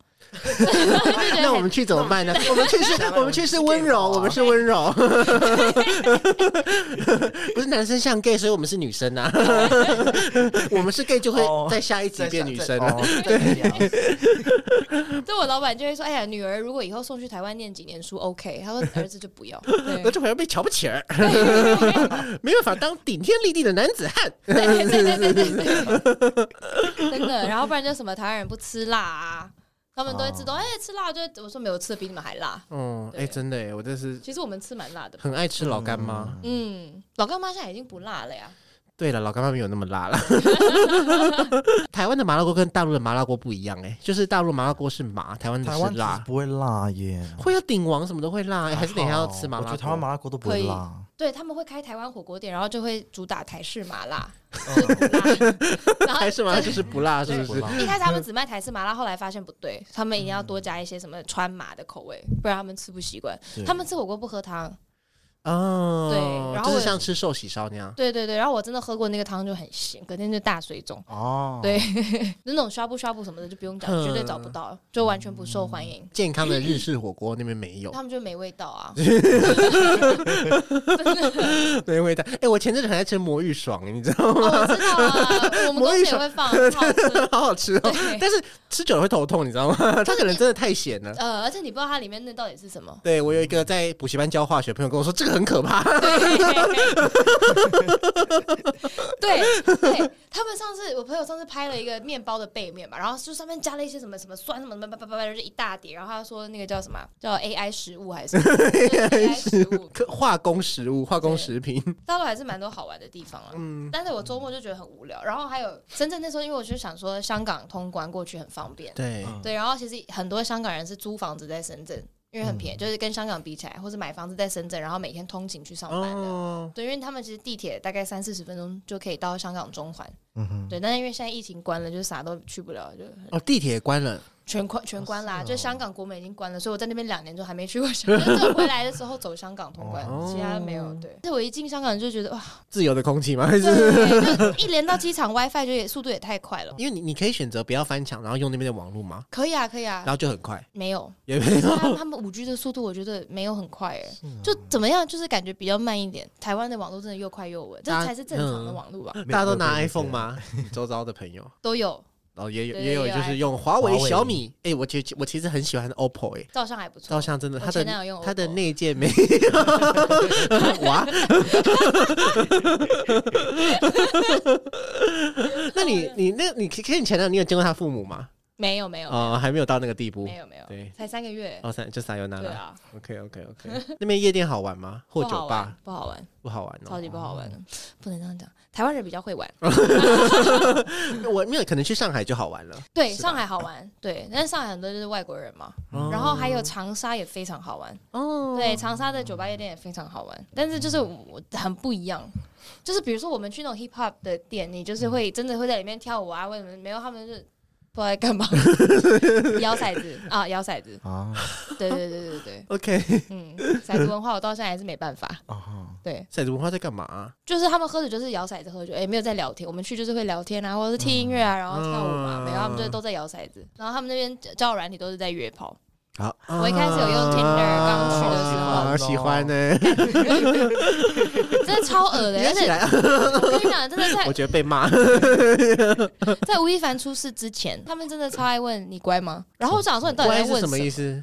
[SPEAKER 1] 那我们去怎么办呢？
[SPEAKER 2] 哦
[SPEAKER 1] 我们去是，我们去是温柔， <laughs> 我们是温柔，不是男生像 gay，所以我们是女生啊。 <laughs> 我们是 gay 就会
[SPEAKER 3] 哦
[SPEAKER 1] 在下一集变女生啊了。
[SPEAKER 3] 哦，
[SPEAKER 1] <laughs>
[SPEAKER 3] 对，
[SPEAKER 2] 对我老板就会说：“哎呀，女儿如果以后送去台湾念几年书，OK。”他说儿子就不要。对
[SPEAKER 1] 那这好像被瞧不起儿，没办法当顶天立地的男子汉。
[SPEAKER 2] 对对对对对对，真的。然后不然就什么台湾人不吃辣啊，他们都会自动哎、吃辣就我说没有吃的比你们还辣。
[SPEAKER 1] 嗯，哎，
[SPEAKER 2] 对
[SPEAKER 1] 真的哎，我这是
[SPEAKER 2] 其实我们吃蛮辣的。
[SPEAKER 1] 很爱吃老干妈。
[SPEAKER 2] 嗯，老干妈现在已经不辣了呀。
[SPEAKER 1] 对了，老干妈没有那么辣了。台湾的麻辣锅跟大陆的麻辣锅不一样哎、就是大陆麻辣锅是麻，台湾的
[SPEAKER 3] 台
[SPEAKER 1] 是
[SPEAKER 3] 湾其实
[SPEAKER 1] 辣。
[SPEAKER 3] 不会辣耶，
[SPEAKER 1] 会要鼎王什么的会辣、哎还是等一下要吃麻
[SPEAKER 3] 我觉
[SPEAKER 1] 辣
[SPEAKER 3] 得台湾
[SPEAKER 1] 锅？
[SPEAKER 3] 麻辣锅都不会辣，
[SPEAKER 2] 对他们会开台湾火锅店，然后就会主打台式麻辣， <laughs>
[SPEAKER 3] 嗯
[SPEAKER 2] 不辣。然
[SPEAKER 1] <laughs>
[SPEAKER 2] 后
[SPEAKER 1] 还哦是麻辣就是不辣，是不
[SPEAKER 3] 不会
[SPEAKER 1] 是？
[SPEAKER 3] 辣。
[SPEAKER 2] 一开始他们只卖台式麻辣，后来发现不对，他们一定要多加一些什么川麻的口味，不然他们吃不习惯。
[SPEAKER 3] 对
[SPEAKER 2] 他们吃火锅不喝汤，
[SPEAKER 1] 哦，
[SPEAKER 2] 对然后
[SPEAKER 1] 就是像吃寿喜烧那样。
[SPEAKER 2] 对对对。然后我真的喝过那个汤就很咸，隔天就大水肿。
[SPEAKER 3] 哦，
[SPEAKER 2] 对那种刷不刷不什么的就不用讲，
[SPEAKER 1] 嗯
[SPEAKER 2] 绝对找不到，就完全不受欢迎。
[SPEAKER 1] 健康的日式火锅那边没
[SPEAKER 2] <laughs>
[SPEAKER 1] 有，
[SPEAKER 2] 他们就没味道
[SPEAKER 1] <laughs>
[SPEAKER 2] 啊！
[SPEAKER 1] 没味道。哎、我前阵子还在吃魔芋爽，欸你知道
[SPEAKER 2] 哦，我知道啊，我们公司也会放，很好吃。
[SPEAKER 1] 吗？ <laughs> 好好吃哦，
[SPEAKER 2] 对，
[SPEAKER 1] 但是吃久了会头痛，你知道吗？ <laughs> 它可能真的太咸了。
[SPEAKER 2] 呃，而且你不知道它里面那到底是什么。
[SPEAKER 1] 对我有一个在补习班教化学的朋友跟我说，这个很可怕。
[SPEAKER 2] 对对，他们上次我朋友上次拍了一个面包的背面嘛，然后就上面加了一些什么什么酸什么什么叭叭叭叭，就一大叠。然后他说那个叫什么叫 AI 食物还是什么
[SPEAKER 1] <laughs>
[SPEAKER 2] AI 食物，
[SPEAKER 1] 可化工食物、化工食品，
[SPEAKER 2] 大陆还是蛮多好玩的地方啊。
[SPEAKER 1] 嗯，
[SPEAKER 2] 但是我周末就觉得很无聊，然后还有深圳那时候，因为我就想说香港通关过去很方便，
[SPEAKER 1] 对，
[SPEAKER 3] 嗯
[SPEAKER 2] 对，然后其实很多香港人是租房子在深圳，因为很
[SPEAKER 1] 嗯
[SPEAKER 2] 便宜，就是跟香港比起来，或是买房子在深圳，然后每天通勤去上班的。
[SPEAKER 1] 哦，
[SPEAKER 2] 对，因为他们其实地铁大概三四十分钟就可以到香港中环。
[SPEAKER 3] 嗯哼，
[SPEAKER 2] 对，但是因为现在疫情关了，就是啥都去不了，就
[SPEAKER 1] 哦，地铁关了，
[SPEAKER 2] 全关全关啦。
[SPEAKER 3] 是哦
[SPEAKER 2] 就香港国门已经关了，所以我在那边两年都还没去过香港。 <laughs> 就回来的时候走香港通关，
[SPEAKER 1] 哦
[SPEAKER 2] 其他没有。对，但是我一进香港就觉
[SPEAKER 1] <laughs>
[SPEAKER 2] 得哇，
[SPEAKER 1] 自由的空气吗？还是
[SPEAKER 2] 对，就一连到机场 WiFi 就也速度也太快了。
[SPEAKER 1] <laughs> 因为你你可以选择不要翻墙，然后用那边的网络嘛，
[SPEAKER 2] 可以啊，可以啊
[SPEAKER 1] 然，后就很 <laughs> 快，
[SPEAKER 2] 没有，啊
[SPEAKER 1] 也没有。
[SPEAKER 2] 他他们五 G 的速度我觉得没有很快哎、
[SPEAKER 1] 啊
[SPEAKER 2] 就怎么样，就是感觉比较慢一点。台湾的网络真的又快又稳，这
[SPEAKER 1] 大家嗯
[SPEAKER 2] 才是正常的网络吧？
[SPEAKER 1] 大家都拿 iPhone 吗？ <laughs> 你周遭的朋友，
[SPEAKER 2] 都有，
[SPEAKER 1] 然后也有
[SPEAKER 2] 对
[SPEAKER 1] 也有
[SPEAKER 2] 有
[SPEAKER 1] 就是用华为、小米。哎，我其实我其实很喜欢 OPPO，哎，
[SPEAKER 2] 照相还不
[SPEAKER 1] 照
[SPEAKER 2] 错。
[SPEAKER 1] 相真的，
[SPEAKER 2] 我
[SPEAKER 1] 它
[SPEAKER 2] 前男
[SPEAKER 1] 的
[SPEAKER 2] 友用
[SPEAKER 1] 它的
[SPEAKER 2] OPPO
[SPEAKER 1] 内建
[SPEAKER 2] <laughs>
[SPEAKER 1] 没哇。那你你那你可以前男友，你有见过他父母吗？
[SPEAKER 2] 没有没有
[SPEAKER 1] 哦，还没有到那个地步
[SPEAKER 2] 没。有没有，
[SPEAKER 1] 对，
[SPEAKER 2] 才三个月。
[SPEAKER 1] 哦，三就撒尤那
[SPEAKER 2] 对
[SPEAKER 1] 拉。
[SPEAKER 2] 啊，
[SPEAKER 1] OK OK
[SPEAKER 2] <laughs>
[SPEAKER 1] OK，那边夜店好玩吗？或
[SPEAKER 2] 不
[SPEAKER 1] 酒
[SPEAKER 2] 好
[SPEAKER 1] 吧
[SPEAKER 2] 玩，不好玩，
[SPEAKER 1] 不好玩
[SPEAKER 2] 超
[SPEAKER 1] 哦。
[SPEAKER 2] 级不好玩，不能这样讲。台湾人比较会玩，
[SPEAKER 1] 我没有，可能去上海就好玩了。
[SPEAKER 2] 对，
[SPEAKER 1] 是吧
[SPEAKER 2] 上海好玩，对，但是上海很多就是外国人嘛。
[SPEAKER 1] 哦
[SPEAKER 2] 然后还有长沙也非常好玩，
[SPEAKER 1] 哦，
[SPEAKER 2] 对，长沙的酒吧夜店也非常好玩，但是就是我很不一样。就是比如说我们去那种 hip hop 的店，你就是
[SPEAKER 1] 嗯
[SPEAKER 2] 会真的会在里面跳舞啊，为什么没有？他们就是不知道
[SPEAKER 1] <laughs>
[SPEAKER 2] 在干嘛，摇骰子啊，摇骰子，
[SPEAKER 3] 啊
[SPEAKER 2] 对对对对对，
[SPEAKER 1] OK，
[SPEAKER 2] 嗯，骰子文化我到现在还是没办法。
[SPEAKER 3] 啊，
[SPEAKER 2] 对，
[SPEAKER 1] 骰子文化在干嘛啊？
[SPEAKER 2] 就是他们喝酒就是摇骰子喝酒，也、没有在聊天。我们去就是会聊天啊，或者是听音乐啊，然后跳舞嘛，
[SPEAKER 1] 嗯
[SPEAKER 2] 没有，他们就都在摇骰子。然后他们那边交友软体都是在约炮，
[SPEAKER 1] 好，
[SPEAKER 2] 我一开始有用 Tinder，刚去的时候
[SPEAKER 1] 啊喜欢呢。
[SPEAKER 2] 真的超恶的。
[SPEAKER 1] 约
[SPEAKER 2] 而
[SPEAKER 1] 起
[SPEAKER 2] 且
[SPEAKER 1] 来，
[SPEAKER 2] 我跟你讲，真的在
[SPEAKER 1] 我觉得被骂。
[SPEAKER 2] 在吴亦凡出事之前，他们真的超爱问你乖吗？然后我想说你到底在
[SPEAKER 1] 乖是
[SPEAKER 2] 问
[SPEAKER 1] 什么意
[SPEAKER 2] 思？
[SPEAKER 1] 思？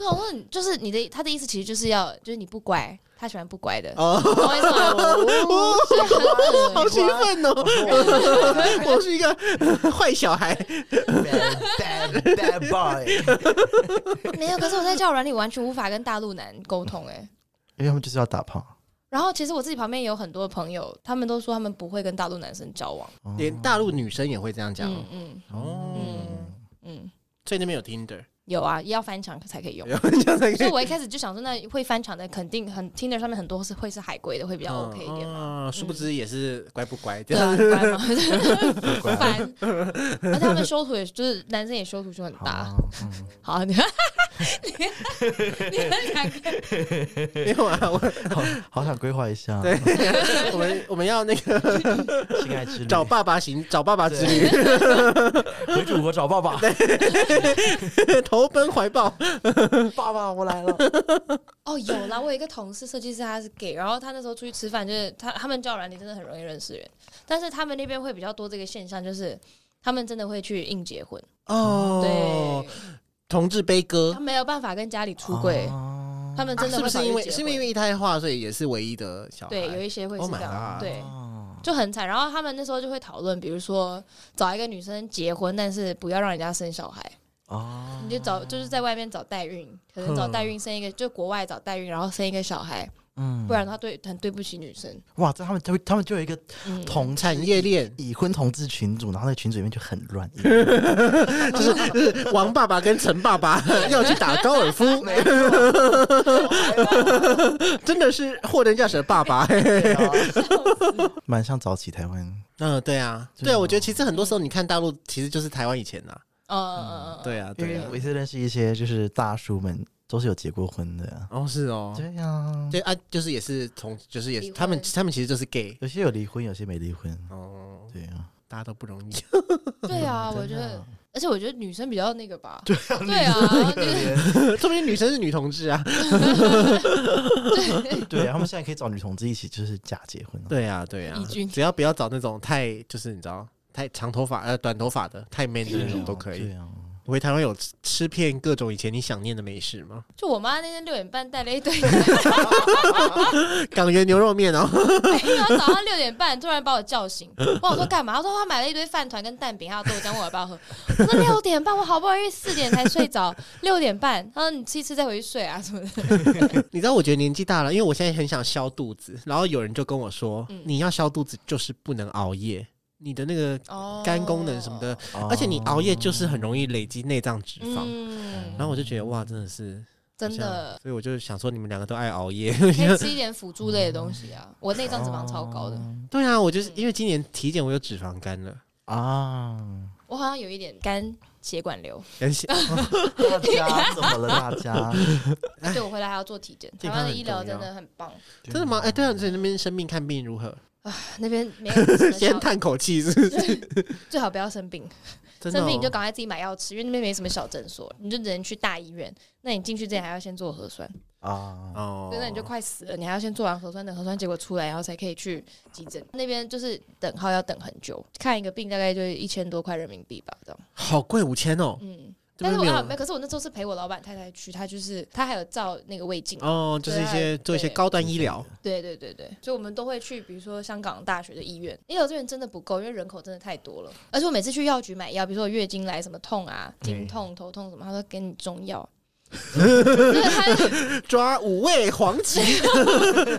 [SPEAKER 2] 我想说你就是你的他的意思其实就是要就是你不乖，他喜欢不乖的，
[SPEAKER 1] 哦，
[SPEAKER 2] 懂我意思吗？所以很
[SPEAKER 1] 好
[SPEAKER 2] 恶
[SPEAKER 1] 兴
[SPEAKER 2] 心。
[SPEAKER 1] 奋哦！<laughs>
[SPEAKER 2] 哦
[SPEAKER 1] 我是一个 <laughs> 坏小孩，
[SPEAKER 3] bad bad bad
[SPEAKER 2] <laughs>
[SPEAKER 3] boy，
[SPEAKER 2] 没有，可是我在交友软体完全无法跟大陆男沟通哎、
[SPEAKER 3] 因为他们就是要打炮，
[SPEAKER 2] 然后其实我自己旁边也有很多朋友，他们都说他们不会跟大陆男生交往。
[SPEAKER 3] 哦
[SPEAKER 1] 连大陆女生也会这样讲哦
[SPEAKER 2] 嗯嗯
[SPEAKER 1] 哦，
[SPEAKER 2] 嗯嗯，
[SPEAKER 1] 所以那边有 Tinder， <laughs>
[SPEAKER 2] 有啊，要翻墙才 <laughs> 可以用。所以我一开始就想说，那会翻墙的肯定很 Tinder 上面很多是会是海归的，会比
[SPEAKER 1] 比
[SPEAKER 2] 较 OK 一点嘛。嗯
[SPEAKER 1] 嘛。嗯啊殊不知也是乖不乖
[SPEAKER 2] 对
[SPEAKER 1] 的，
[SPEAKER 2] <laughs> 啊，很乖嘛，
[SPEAKER 3] 很乖
[SPEAKER 2] 很烦。 <laughs> 而且他们修图也就是男生也修图就很
[SPEAKER 1] 哦
[SPEAKER 3] 好
[SPEAKER 2] 大。
[SPEAKER 3] 啊嗯
[SPEAKER 2] 好，你 <laughs> 你你们两个
[SPEAKER 1] <laughs> 没有啊，我
[SPEAKER 3] 好好想规划一下
[SPEAKER 1] 对我们我们要那个
[SPEAKER 3] 性爱之旅，
[SPEAKER 1] 找爸爸行，找爸爸之旅，
[SPEAKER 3] 回祖国找爸爸，
[SPEAKER 1] <laughs> 投奔怀抱。
[SPEAKER 3] 爸爸我来了。
[SPEAKER 2] 哦，有啦，我有一个同事设计师，他是 gay，然后他那时候出去吃饭，就是他他们交友软件真的很容易认识人，但是他们那边会比较多这个现象，就是他们真的会去硬结婚，
[SPEAKER 1] 哦呃
[SPEAKER 2] 对，，
[SPEAKER 1] 同志悲歌
[SPEAKER 2] 他。没有办法跟家里出柜，
[SPEAKER 3] 哦
[SPEAKER 2] 他们
[SPEAKER 1] 啊
[SPEAKER 2] 真的
[SPEAKER 1] 是
[SPEAKER 2] 会
[SPEAKER 1] 不
[SPEAKER 2] 跑
[SPEAKER 1] 是
[SPEAKER 2] 去
[SPEAKER 1] 因为
[SPEAKER 2] 结
[SPEAKER 1] 是因为
[SPEAKER 2] 婚
[SPEAKER 1] 因为一胎化，所以也是唯一的小孩？
[SPEAKER 2] 对，有一些会
[SPEAKER 1] Oh
[SPEAKER 2] 是
[SPEAKER 1] my
[SPEAKER 2] 这样，
[SPEAKER 1] God
[SPEAKER 2] 对，
[SPEAKER 3] 哦
[SPEAKER 2] 就很惨。然后他们那时候就会讨论，比如说找一个女生结婚，但是不要让人家生小孩，
[SPEAKER 3] 哦
[SPEAKER 2] 你就找就是在外面找代孕，可能找代孕生一个，就国外找代孕，然后生一个小孩，
[SPEAKER 3] 嗯
[SPEAKER 2] 不然的话对很对不起女生。
[SPEAKER 3] 哇，这他们就他们就有一个
[SPEAKER 2] 嗯，
[SPEAKER 3] 同志
[SPEAKER 1] 产业
[SPEAKER 2] <laughs>
[SPEAKER 1] 链
[SPEAKER 3] 已婚同志群组，然后那个群组里面就很
[SPEAKER 1] <laughs>
[SPEAKER 3] 乱，
[SPEAKER 1] 就是就是王爸爸跟陈爸
[SPEAKER 2] <laughs>
[SPEAKER 1] 爸要去打高尔夫， <laughs> 真的是霍真价舍爸
[SPEAKER 2] <laughs>
[SPEAKER 1] 爸。哎
[SPEAKER 3] 蛮像早起台湾。
[SPEAKER 1] 嗯，对啊，
[SPEAKER 3] 真的
[SPEAKER 1] 对啊，
[SPEAKER 3] 哦
[SPEAKER 1] 我觉得其实很多时候你看大陆，其实就是台湾以前呐。
[SPEAKER 2] 呃，
[SPEAKER 1] 对啊，
[SPEAKER 3] 因
[SPEAKER 1] 对
[SPEAKER 3] 为
[SPEAKER 1] 啊
[SPEAKER 3] 我。也是认识一些就是大叔们都是有结过婚的，
[SPEAKER 1] 哦，是哦。
[SPEAKER 3] 对呀，
[SPEAKER 1] 对啊，就是也是同，就是也是
[SPEAKER 2] 离婚
[SPEAKER 1] 他们他们其实就是 gay。
[SPEAKER 3] 有些有离婚，有些没离婚，
[SPEAKER 1] 哦，
[SPEAKER 3] 对啊呀。
[SPEAKER 1] 大家都不容易。 <laughs>
[SPEAKER 2] 对啊，我觉
[SPEAKER 3] 真的
[SPEAKER 2] 得，而且我觉得女生比较那个
[SPEAKER 1] <laughs>
[SPEAKER 2] 吧，对啊，对啊，就是
[SPEAKER 1] 说明女生是女同志啊。
[SPEAKER 3] <laughs> 对，啊他们现在可以找女同志一起就是假结婚了。
[SPEAKER 1] 对啊，对啊
[SPEAKER 2] 义军，
[SPEAKER 1] 只要不要找那种太就是你知道太长头发呃短头发的太 man 的那种都可以。
[SPEAKER 3] 对啊，
[SPEAKER 1] 回台湾有吃吃遍各种以前你想念的美食吗？
[SPEAKER 2] 就我妈那天六点半带了一堆， <laughs>
[SPEAKER 1] 港源牛肉面哦， <laughs>
[SPEAKER 2] 没有啊早上六点半突然把我叫醒，问我说干嘛？她说她买了一堆饭团跟蛋饼还有豆浆，问我要不要喝。我说六点半，我好不容易四点才睡
[SPEAKER 1] <laughs>
[SPEAKER 2] 着，六点半，她说你吃一吃再回去睡啊什么的。
[SPEAKER 1] 你知道我觉得年纪大了，因为我现在很想消肚子，然后有人就跟我说，
[SPEAKER 2] 嗯
[SPEAKER 1] 你要消肚子就是不能熬夜，你的那个
[SPEAKER 2] 哦
[SPEAKER 1] 肝功能什么的，而且
[SPEAKER 3] 哦
[SPEAKER 1] 你熬夜就是很容易累积内脏脂肪。
[SPEAKER 2] 嗯
[SPEAKER 1] 然后我就觉得哇，真的是
[SPEAKER 2] 真
[SPEAKER 1] 好
[SPEAKER 2] 的
[SPEAKER 1] 像
[SPEAKER 2] 哎
[SPEAKER 1] 所以我就想说，你们两个都爱熬 <laughs> 夜。
[SPEAKER 2] 可以吃一点辅助类的东西
[SPEAKER 1] <laughs>
[SPEAKER 2] 啊，我内脏脂肪超高的，
[SPEAKER 1] 对啊，我
[SPEAKER 2] 嗯
[SPEAKER 1] 就是因为今年体检我有脂肪肝了，
[SPEAKER 3] 啊。
[SPEAKER 2] 我好像有一点肝血管瘤，
[SPEAKER 1] 感谢。
[SPEAKER 3] 大家怎么了？大家
[SPEAKER 2] 对我回来还要做体检，台
[SPEAKER 1] 哎健康
[SPEAKER 2] 湾的
[SPEAKER 1] 很
[SPEAKER 2] 医疗
[SPEAKER 1] 重要
[SPEAKER 2] 真的很棒。
[SPEAKER 1] 真的吗？哎、对啊，所以那边生病看病如何？
[SPEAKER 2] 那边没有
[SPEAKER 1] <laughs>
[SPEAKER 2] 什么
[SPEAKER 1] 先
[SPEAKER 2] 小，
[SPEAKER 1] 叹口气，是不是？
[SPEAKER 2] 最好不要生病。
[SPEAKER 1] 真的、
[SPEAKER 2] 生病你就
[SPEAKER 1] 哦。
[SPEAKER 2] 赶快自己买药吃，因为那边没什么小诊所，你就只能去大医院。那你进去之前还要先做核酸，
[SPEAKER 3] 啊，
[SPEAKER 1] 哦
[SPEAKER 2] 对，那你就快死了，你还要先做完核酸，等核酸结果出来，然后才可以去急诊。那边就是等号要等很久，看一个病大概就一千多块人民币吧，这样。
[SPEAKER 1] 好贵，五千哦。
[SPEAKER 2] 嗯，
[SPEAKER 1] 这
[SPEAKER 2] 但
[SPEAKER 1] 边
[SPEAKER 2] 是我
[SPEAKER 1] 没有
[SPEAKER 2] 啊，没有，可是我那时候是陪我老板太太去，她就是她还有照那个胃镜。
[SPEAKER 1] 哦，就是一些
[SPEAKER 2] 对
[SPEAKER 1] 做一些高端医疗，
[SPEAKER 2] 对对对对，所以我们都会去，比如说香港大学的医院，医疗资源真的不够，因为人口真的太多了。而且我每次去药局买药，比如说我月经来什么痛啊、经痛、头痛什么，他说给你中药。对，他就
[SPEAKER 1] 抓五味黄
[SPEAKER 2] <laughs>
[SPEAKER 1] 芪、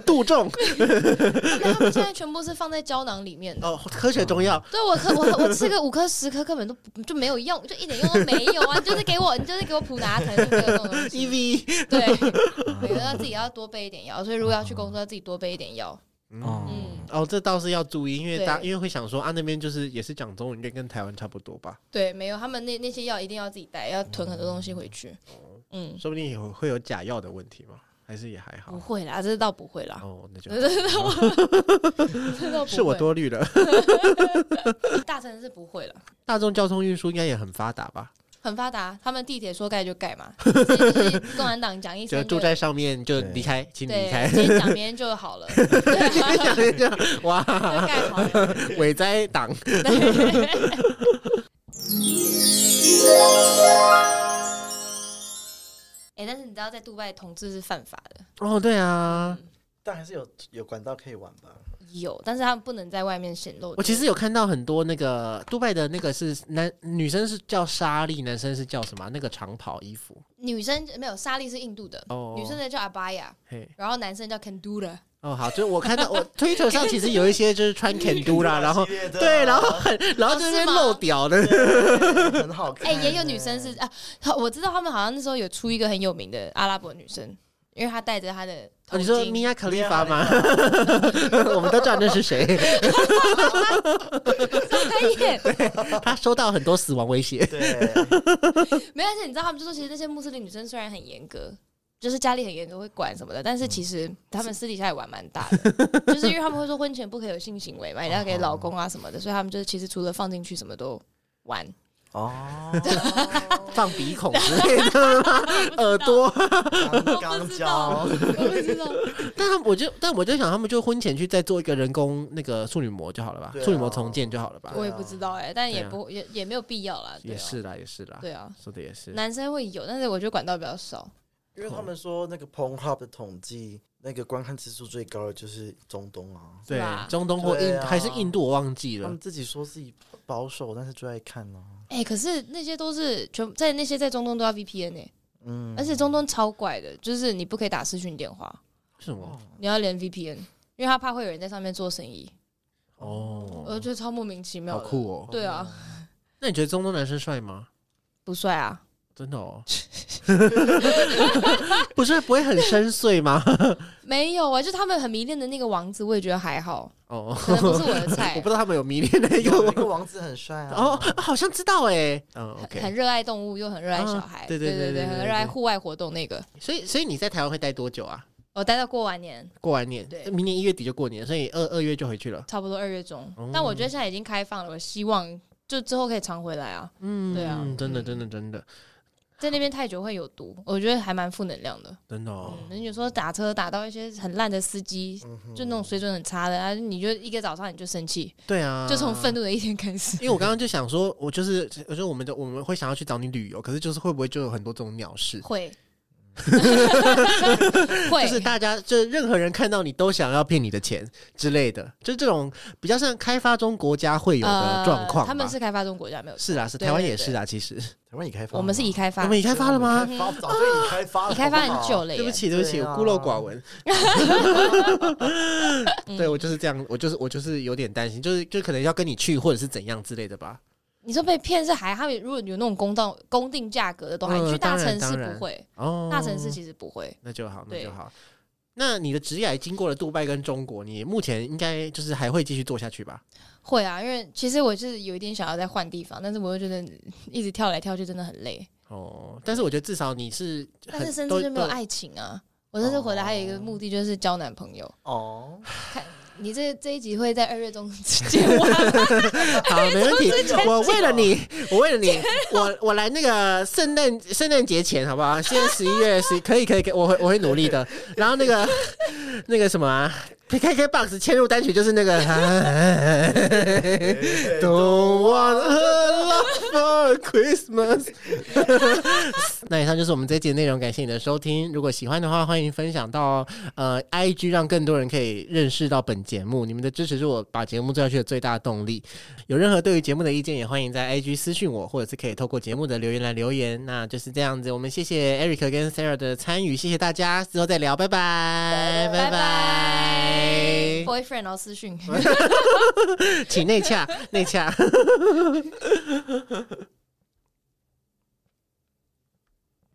[SPEAKER 1] 杜仲
[SPEAKER 2] 他们现在全部是放在胶囊里面的。
[SPEAKER 1] 哦，科学中药。
[SPEAKER 2] 对我可我我吃个五颗十颗根本都不就没有用，就一点用都没有啊！你就是给我，你就是给我普拿疼，就没有用的东
[SPEAKER 1] E
[SPEAKER 2] 西。
[SPEAKER 1] V，
[SPEAKER 2] 对，每个要自己要多备一点药，所以如果要去工作，要自己多备一点药。
[SPEAKER 1] 嗯
[SPEAKER 2] 嗯，
[SPEAKER 1] 哦，这倒是要注意，因为大
[SPEAKER 2] 对
[SPEAKER 1] 因为会想说啊，那边就是也是讲中文，应该跟台湾差不多吧，
[SPEAKER 2] 对，没有他们那那些药一定要自己带，要囤很多东西回去。嗯，
[SPEAKER 1] 说不定有会有假药的问题嘛，还是也还好
[SPEAKER 2] 不。会啦，这倒不会 <laughs> 啦，
[SPEAKER 1] 哦，那就
[SPEAKER 2] 这倒不这倒不会
[SPEAKER 1] 是我多虑了。
[SPEAKER 2] 大城市不会了，
[SPEAKER 1] 大众交通运输应该也很发达吧？
[SPEAKER 2] 很发达，他们地铁说盖就盖
[SPEAKER 1] <laughs>
[SPEAKER 2] 嘛，所以就是共产党讲一
[SPEAKER 1] 就
[SPEAKER 2] 声
[SPEAKER 1] 住在上面就离开，请你离
[SPEAKER 2] 对
[SPEAKER 1] 开，。
[SPEAKER 2] 今天讲明天就好了， <laughs>
[SPEAKER 1] <laughs>
[SPEAKER 2] 对
[SPEAKER 1] 想一下，哇，
[SPEAKER 2] 就盖好了。
[SPEAKER 1] 伟哉党。
[SPEAKER 2] 对哎、但是你知道，在杜拜同志是犯法的，
[SPEAKER 1] 哦，对啊，
[SPEAKER 3] 但还是有有管道可以玩吧？
[SPEAKER 2] 有，但是他们不能在外面显露。
[SPEAKER 1] 我其实有看到很多那个杜拜的那个是男女生是叫纱丽，男生是叫什么啊？那个长袍衣服
[SPEAKER 2] 女生没有，莎莉是印度的，
[SPEAKER 1] 哦
[SPEAKER 2] 女生的叫阿巴亚，
[SPEAKER 1] 嘿
[SPEAKER 2] 然后男生叫 Kandula，
[SPEAKER 1] 哦，好，就是我看 <laughs> 到我 Twitter 上其实有一些就是穿 can do <laughs> 啦，然后
[SPEAKER 3] 系列的啊
[SPEAKER 1] 对，然后很然后
[SPEAKER 2] 哦
[SPEAKER 1] 哦就是哦是
[SPEAKER 2] 吗
[SPEAKER 1] 露屌的，
[SPEAKER 3] 很好看。
[SPEAKER 2] 哎、也有女生是啊，她我知道他们好像那时候有出一个很有名的阿拉伯女生，因为她戴着她的头
[SPEAKER 1] 哦
[SPEAKER 2] 巾。
[SPEAKER 1] 你说
[SPEAKER 2] <laughs>
[SPEAKER 1] 米娅卡利法吗？ <laughs> 我们都知道那是谁， <laughs>
[SPEAKER 2] 开眼，
[SPEAKER 1] 他收到很多死亡威胁。
[SPEAKER 3] 对，
[SPEAKER 2] 没有，而且你知道他们就说，其实那些穆斯林女生虽然很严格，就是家里很严格会管什么的，但是其
[SPEAKER 1] 嗯
[SPEAKER 2] 实他们私底下也玩蛮大的，就是因为他们会说婚前不可以有性行为嘛，一定要给老公啊什么的，所以他们就是其实除了放进去什么都 <laughs> 玩。
[SPEAKER 3] 哦，
[SPEAKER 1] 放鼻孔之类 <laughs> 的吗耳朵，
[SPEAKER 3] 刚
[SPEAKER 2] 知道
[SPEAKER 3] 交，
[SPEAKER 2] <laughs> 我不知道，
[SPEAKER 1] 但他们我就但我就想，他们就婚前去再做一个人工那个处女膜就好了吧
[SPEAKER 3] 对，啊
[SPEAKER 1] 处女膜重建就好了吧
[SPEAKER 3] 对啊，
[SPEAKER 2] <laughs> 我也不知道哎、但也不、也也没有必要啦。对
[SPEAKER 1] 也，
[SPEAKER 2] 啊
[SPEAKER 1] 啊是啦，也是啦，
[SPEAKER 2] 对啊，
[SPEAKER 1] 说的也是。
[SPEAKER 2] 男生会有，但是我觉得管道比较少。
[SPEAKER 3] 因为他们说那个 Pornhub 的统计，那个观看次数最高的就是中东啊。
[SPEAKER 1] 对
[SPEAKER 2] 是吧，
[SPEAKER 1] 中东或
[SPEAKER 3] 对
[SPEAKER 1] 印
[SPEAKER 3] 啊哦
[SPEAKER 1] 还是印度，我忘记
[SPEAKER 3] 他
[SPEAKER 1] 了
[SPEAKER 3] 们。自己说自己保守，但是最爱看啊呢、
[SPEAKER 2] 哎、可是那些都是全在那些在中东都要 VPN 哎、
[SPEAKER 3] 嗯，
[SPEAKER 2] 而且中东超怪的，就是你不可以打视讯电话。
[SPEAKER 1] 是什
[SPEAKER 3] 哦
[SPEAKER 1] 么？
[SPEAKER 2] 你要连 VPN，因为他怕会有人在上面做生意，
[SPEAKER 1] 哦，
[SPEAKER 2] 我觉得超莫名其妙
[SPEAKER 1] 好
[SPEAKER 2] 的。
[SPEAKER 1] 酷哦！
[SPEAKER 2] 对啊，
[SPEAKER 1] 那你觉得中东男生帅吗？
[SPEAKER 2] 不帅啊，
[SPEAKER 1] 真的哦，不是不会很深邃吗？
[SPEAKER 2] 没有啊，就他们很迷恋的那个王子，我也觉得
[SPEAKER 1] <laughs>
[SPEAKER 2] 还好，
[SPEAKER 1] 哦，
[SPEAKER 2] 可能不是我的
[SPEAKER 1] 我
[SPEAKER 2] 菜
[SPEAKER 1] 不知。道他们有迷恋的一个
[SPEAKER 3] <laughs> 有一
[SPEAKER 1] 网
[SPEAKER 3] 个王子很帅啊。
[SPEAKER 1] 哦， <laughs> 好像知道哎，嗯
[SPEAKER 2] 很很
[SPEAKER 1] ，OK。
[SPEAKER 2] 热爱动物，又很热爱小孩，
[SPEAKER 1] 啊
[SPEAKER 2] 对
[SPEAKER 1] 对对对
[SPEAKER 2] 对
[SPEAKER 1] 对对
[SPEAKER 2] 很
[SPEAKER 1] 对
[SPEAKER 2] 热爱户外活动。那个
[SPEAKER 1] 所以所以你在台湾会待多久啊？
[SPEAKER 2] 我待到过完年，
[SPEAKER 1] 过完年
[SPEAKER 2] 对，
[SPEAKER 1] 明年一月底就过年，所以二二月就回去了。
[SPEAKER 2] 差不多二月中
[SPEAKER 1] 哦，
[SPEAKER 2] 但我觉得现在已经开放了，我希望就之后可以常回来啊。
[SPEAKER 1] 嗯
[SPEAKER 2] 对啊
[SPEAKER 1] 真的真的真的
[SPEAKER 2] 在那边太久会有毒，我觉得还蛮负能量的。
[SPEAKER 1] 真的哦，
[SPEAKER 2] 嗯，你有时候打车打到一些很烂的司机，
[SPEAKER 3] 嗯哼
[SPEAKER 2] 就
[SPEAKER 1] 哦
[SPEAKER 2] 那种水准很差的，啊，你就一个早上你就生气，
[SPEAKER 1] 对啊，
[SPEAKER 2] 就从愤。怒的一天开始。
[SPEAKER 1] 因为我刚刚就想说，我就是，我说我们的我们会想要去找你旅游，可是就是会不会就有很多这种鸟事？
[SPEAKER 2] 会，会，
[SPEAKER 1] 嗯就是大家，就是任何人看到你都想要骗你的钱之类的，就是这种比较像开发中国家会有的状况吧、
[SPEAKER 2] 呃。他们是开发中国家，没有错。
[SPEAKER 1] 是啊，哦是
[SPEAKER 2] 对
[SPEAKER 1] 台湾
[SPEAKER 2] 对
[SPEAKER 1] 也是啊，其实
[SPEAKER 3] 台湾已开发了吗，
[SPEAKER 2] 我们是已开
[SPEAKER 1] 我
[SPEAKER 2] 发，
[SPEAKER 1] 们
[SPEAKER 2] 已
[SPEAKER 1] 已开发了吗？
[SPEAKER 3] 已开发早就已开发了，
[SPEAKER 2] 开发
[SPEAKER 3] 好不好
[SPEAKER 2] 很久。了耶。
[SPEAKER 1] 哦对不，起，对不起，
[SPEAKER 3] 对
[SPEAKER 1] 我
[SPEAKER 3] 啊
[SPEAKER 1] 孤陋寡闻。
[SPEAKER 2] 嗯
[SPEAKER 1] <laughs> 对我就是这样，我就是我就是有点担心，就是就可能要跟你去或者是怎样之类的吧。
[SPEAKER 2] 你说被骗是还，他们如果有那种公道、公定价格的都还，
[SPEAKER 1] 嗯
[SPEAKER 2] 你去大
[SPEAKER 1] 当
[SPEAKER 2] 城
[SPEAKER 1] 然当
[SPEAKER 2] 市
[SPEAKER 1] 然
[SPEAKER 2] 不会，
[SPEAKER 1] 哦，
[SPEAKER 2] 大城市其实不会。
[SPEAKER 1] 那就好，那
[SPEAKER 2] 对
[SPEAKER 1] 就好。那你的职业经过了杜拜跟中国，你目前应该就是还会继续做下去吧？
[SPEAKER 2] 会啊，因为其实我是有一点想要再换地方，但是我又觉得一直跳来跳去真的很累。
[SPEAKER 1] 哦，但是我觉得至少你是很，
[SPEAKER 2] 但是深
[SPEAKER 1] 都
[SPEAKER 2] 圳就没有
[SPEAKER 1] 都
[SPEAKER 2] 爱情啊。我这次回来还有一个目的就是交男朋友。
[SPEAKER 3] 哦，
[SPEAKER 2] 你这这一集会在二月中见完吗？
[SPEAKER 1] 好，没问题。
[SPEAKER 2] <laughs>
[SPEAKER 1] 我为了你，我为了你，我我来那个圣诞圣诞节前，好不好？现在十一月十，可以可以可以，我会我会努力的。然后那个 <laughs> 那个什么、啊、，K K Box 嵌入单曲就是那个 <laughs> Don't want a lot for Christmas 。 <laughs> 那以上就是我们这一集的内容，感谢你的收听。如果喜欢的话，欢迎分享到呃 IG，让更多人可以认识到本节目。你们的支持是我把节目做下去的最大动力。有任何对于节目的意见，也欢迎在 IG 私讯我，或者是可以透过节目的留言来留言。那就是这样子，我们谢谢 Eric 跟 Sarah 的参与，谢谢大家，之后再聊，拜拜，
[SPEAKER 2] 拜 <laughs>
[SPEAKER 1] 拜，
[SPEAKER 2] boyfriend 然后私讯。
[SPEAKER 1] 请内洽，内洽。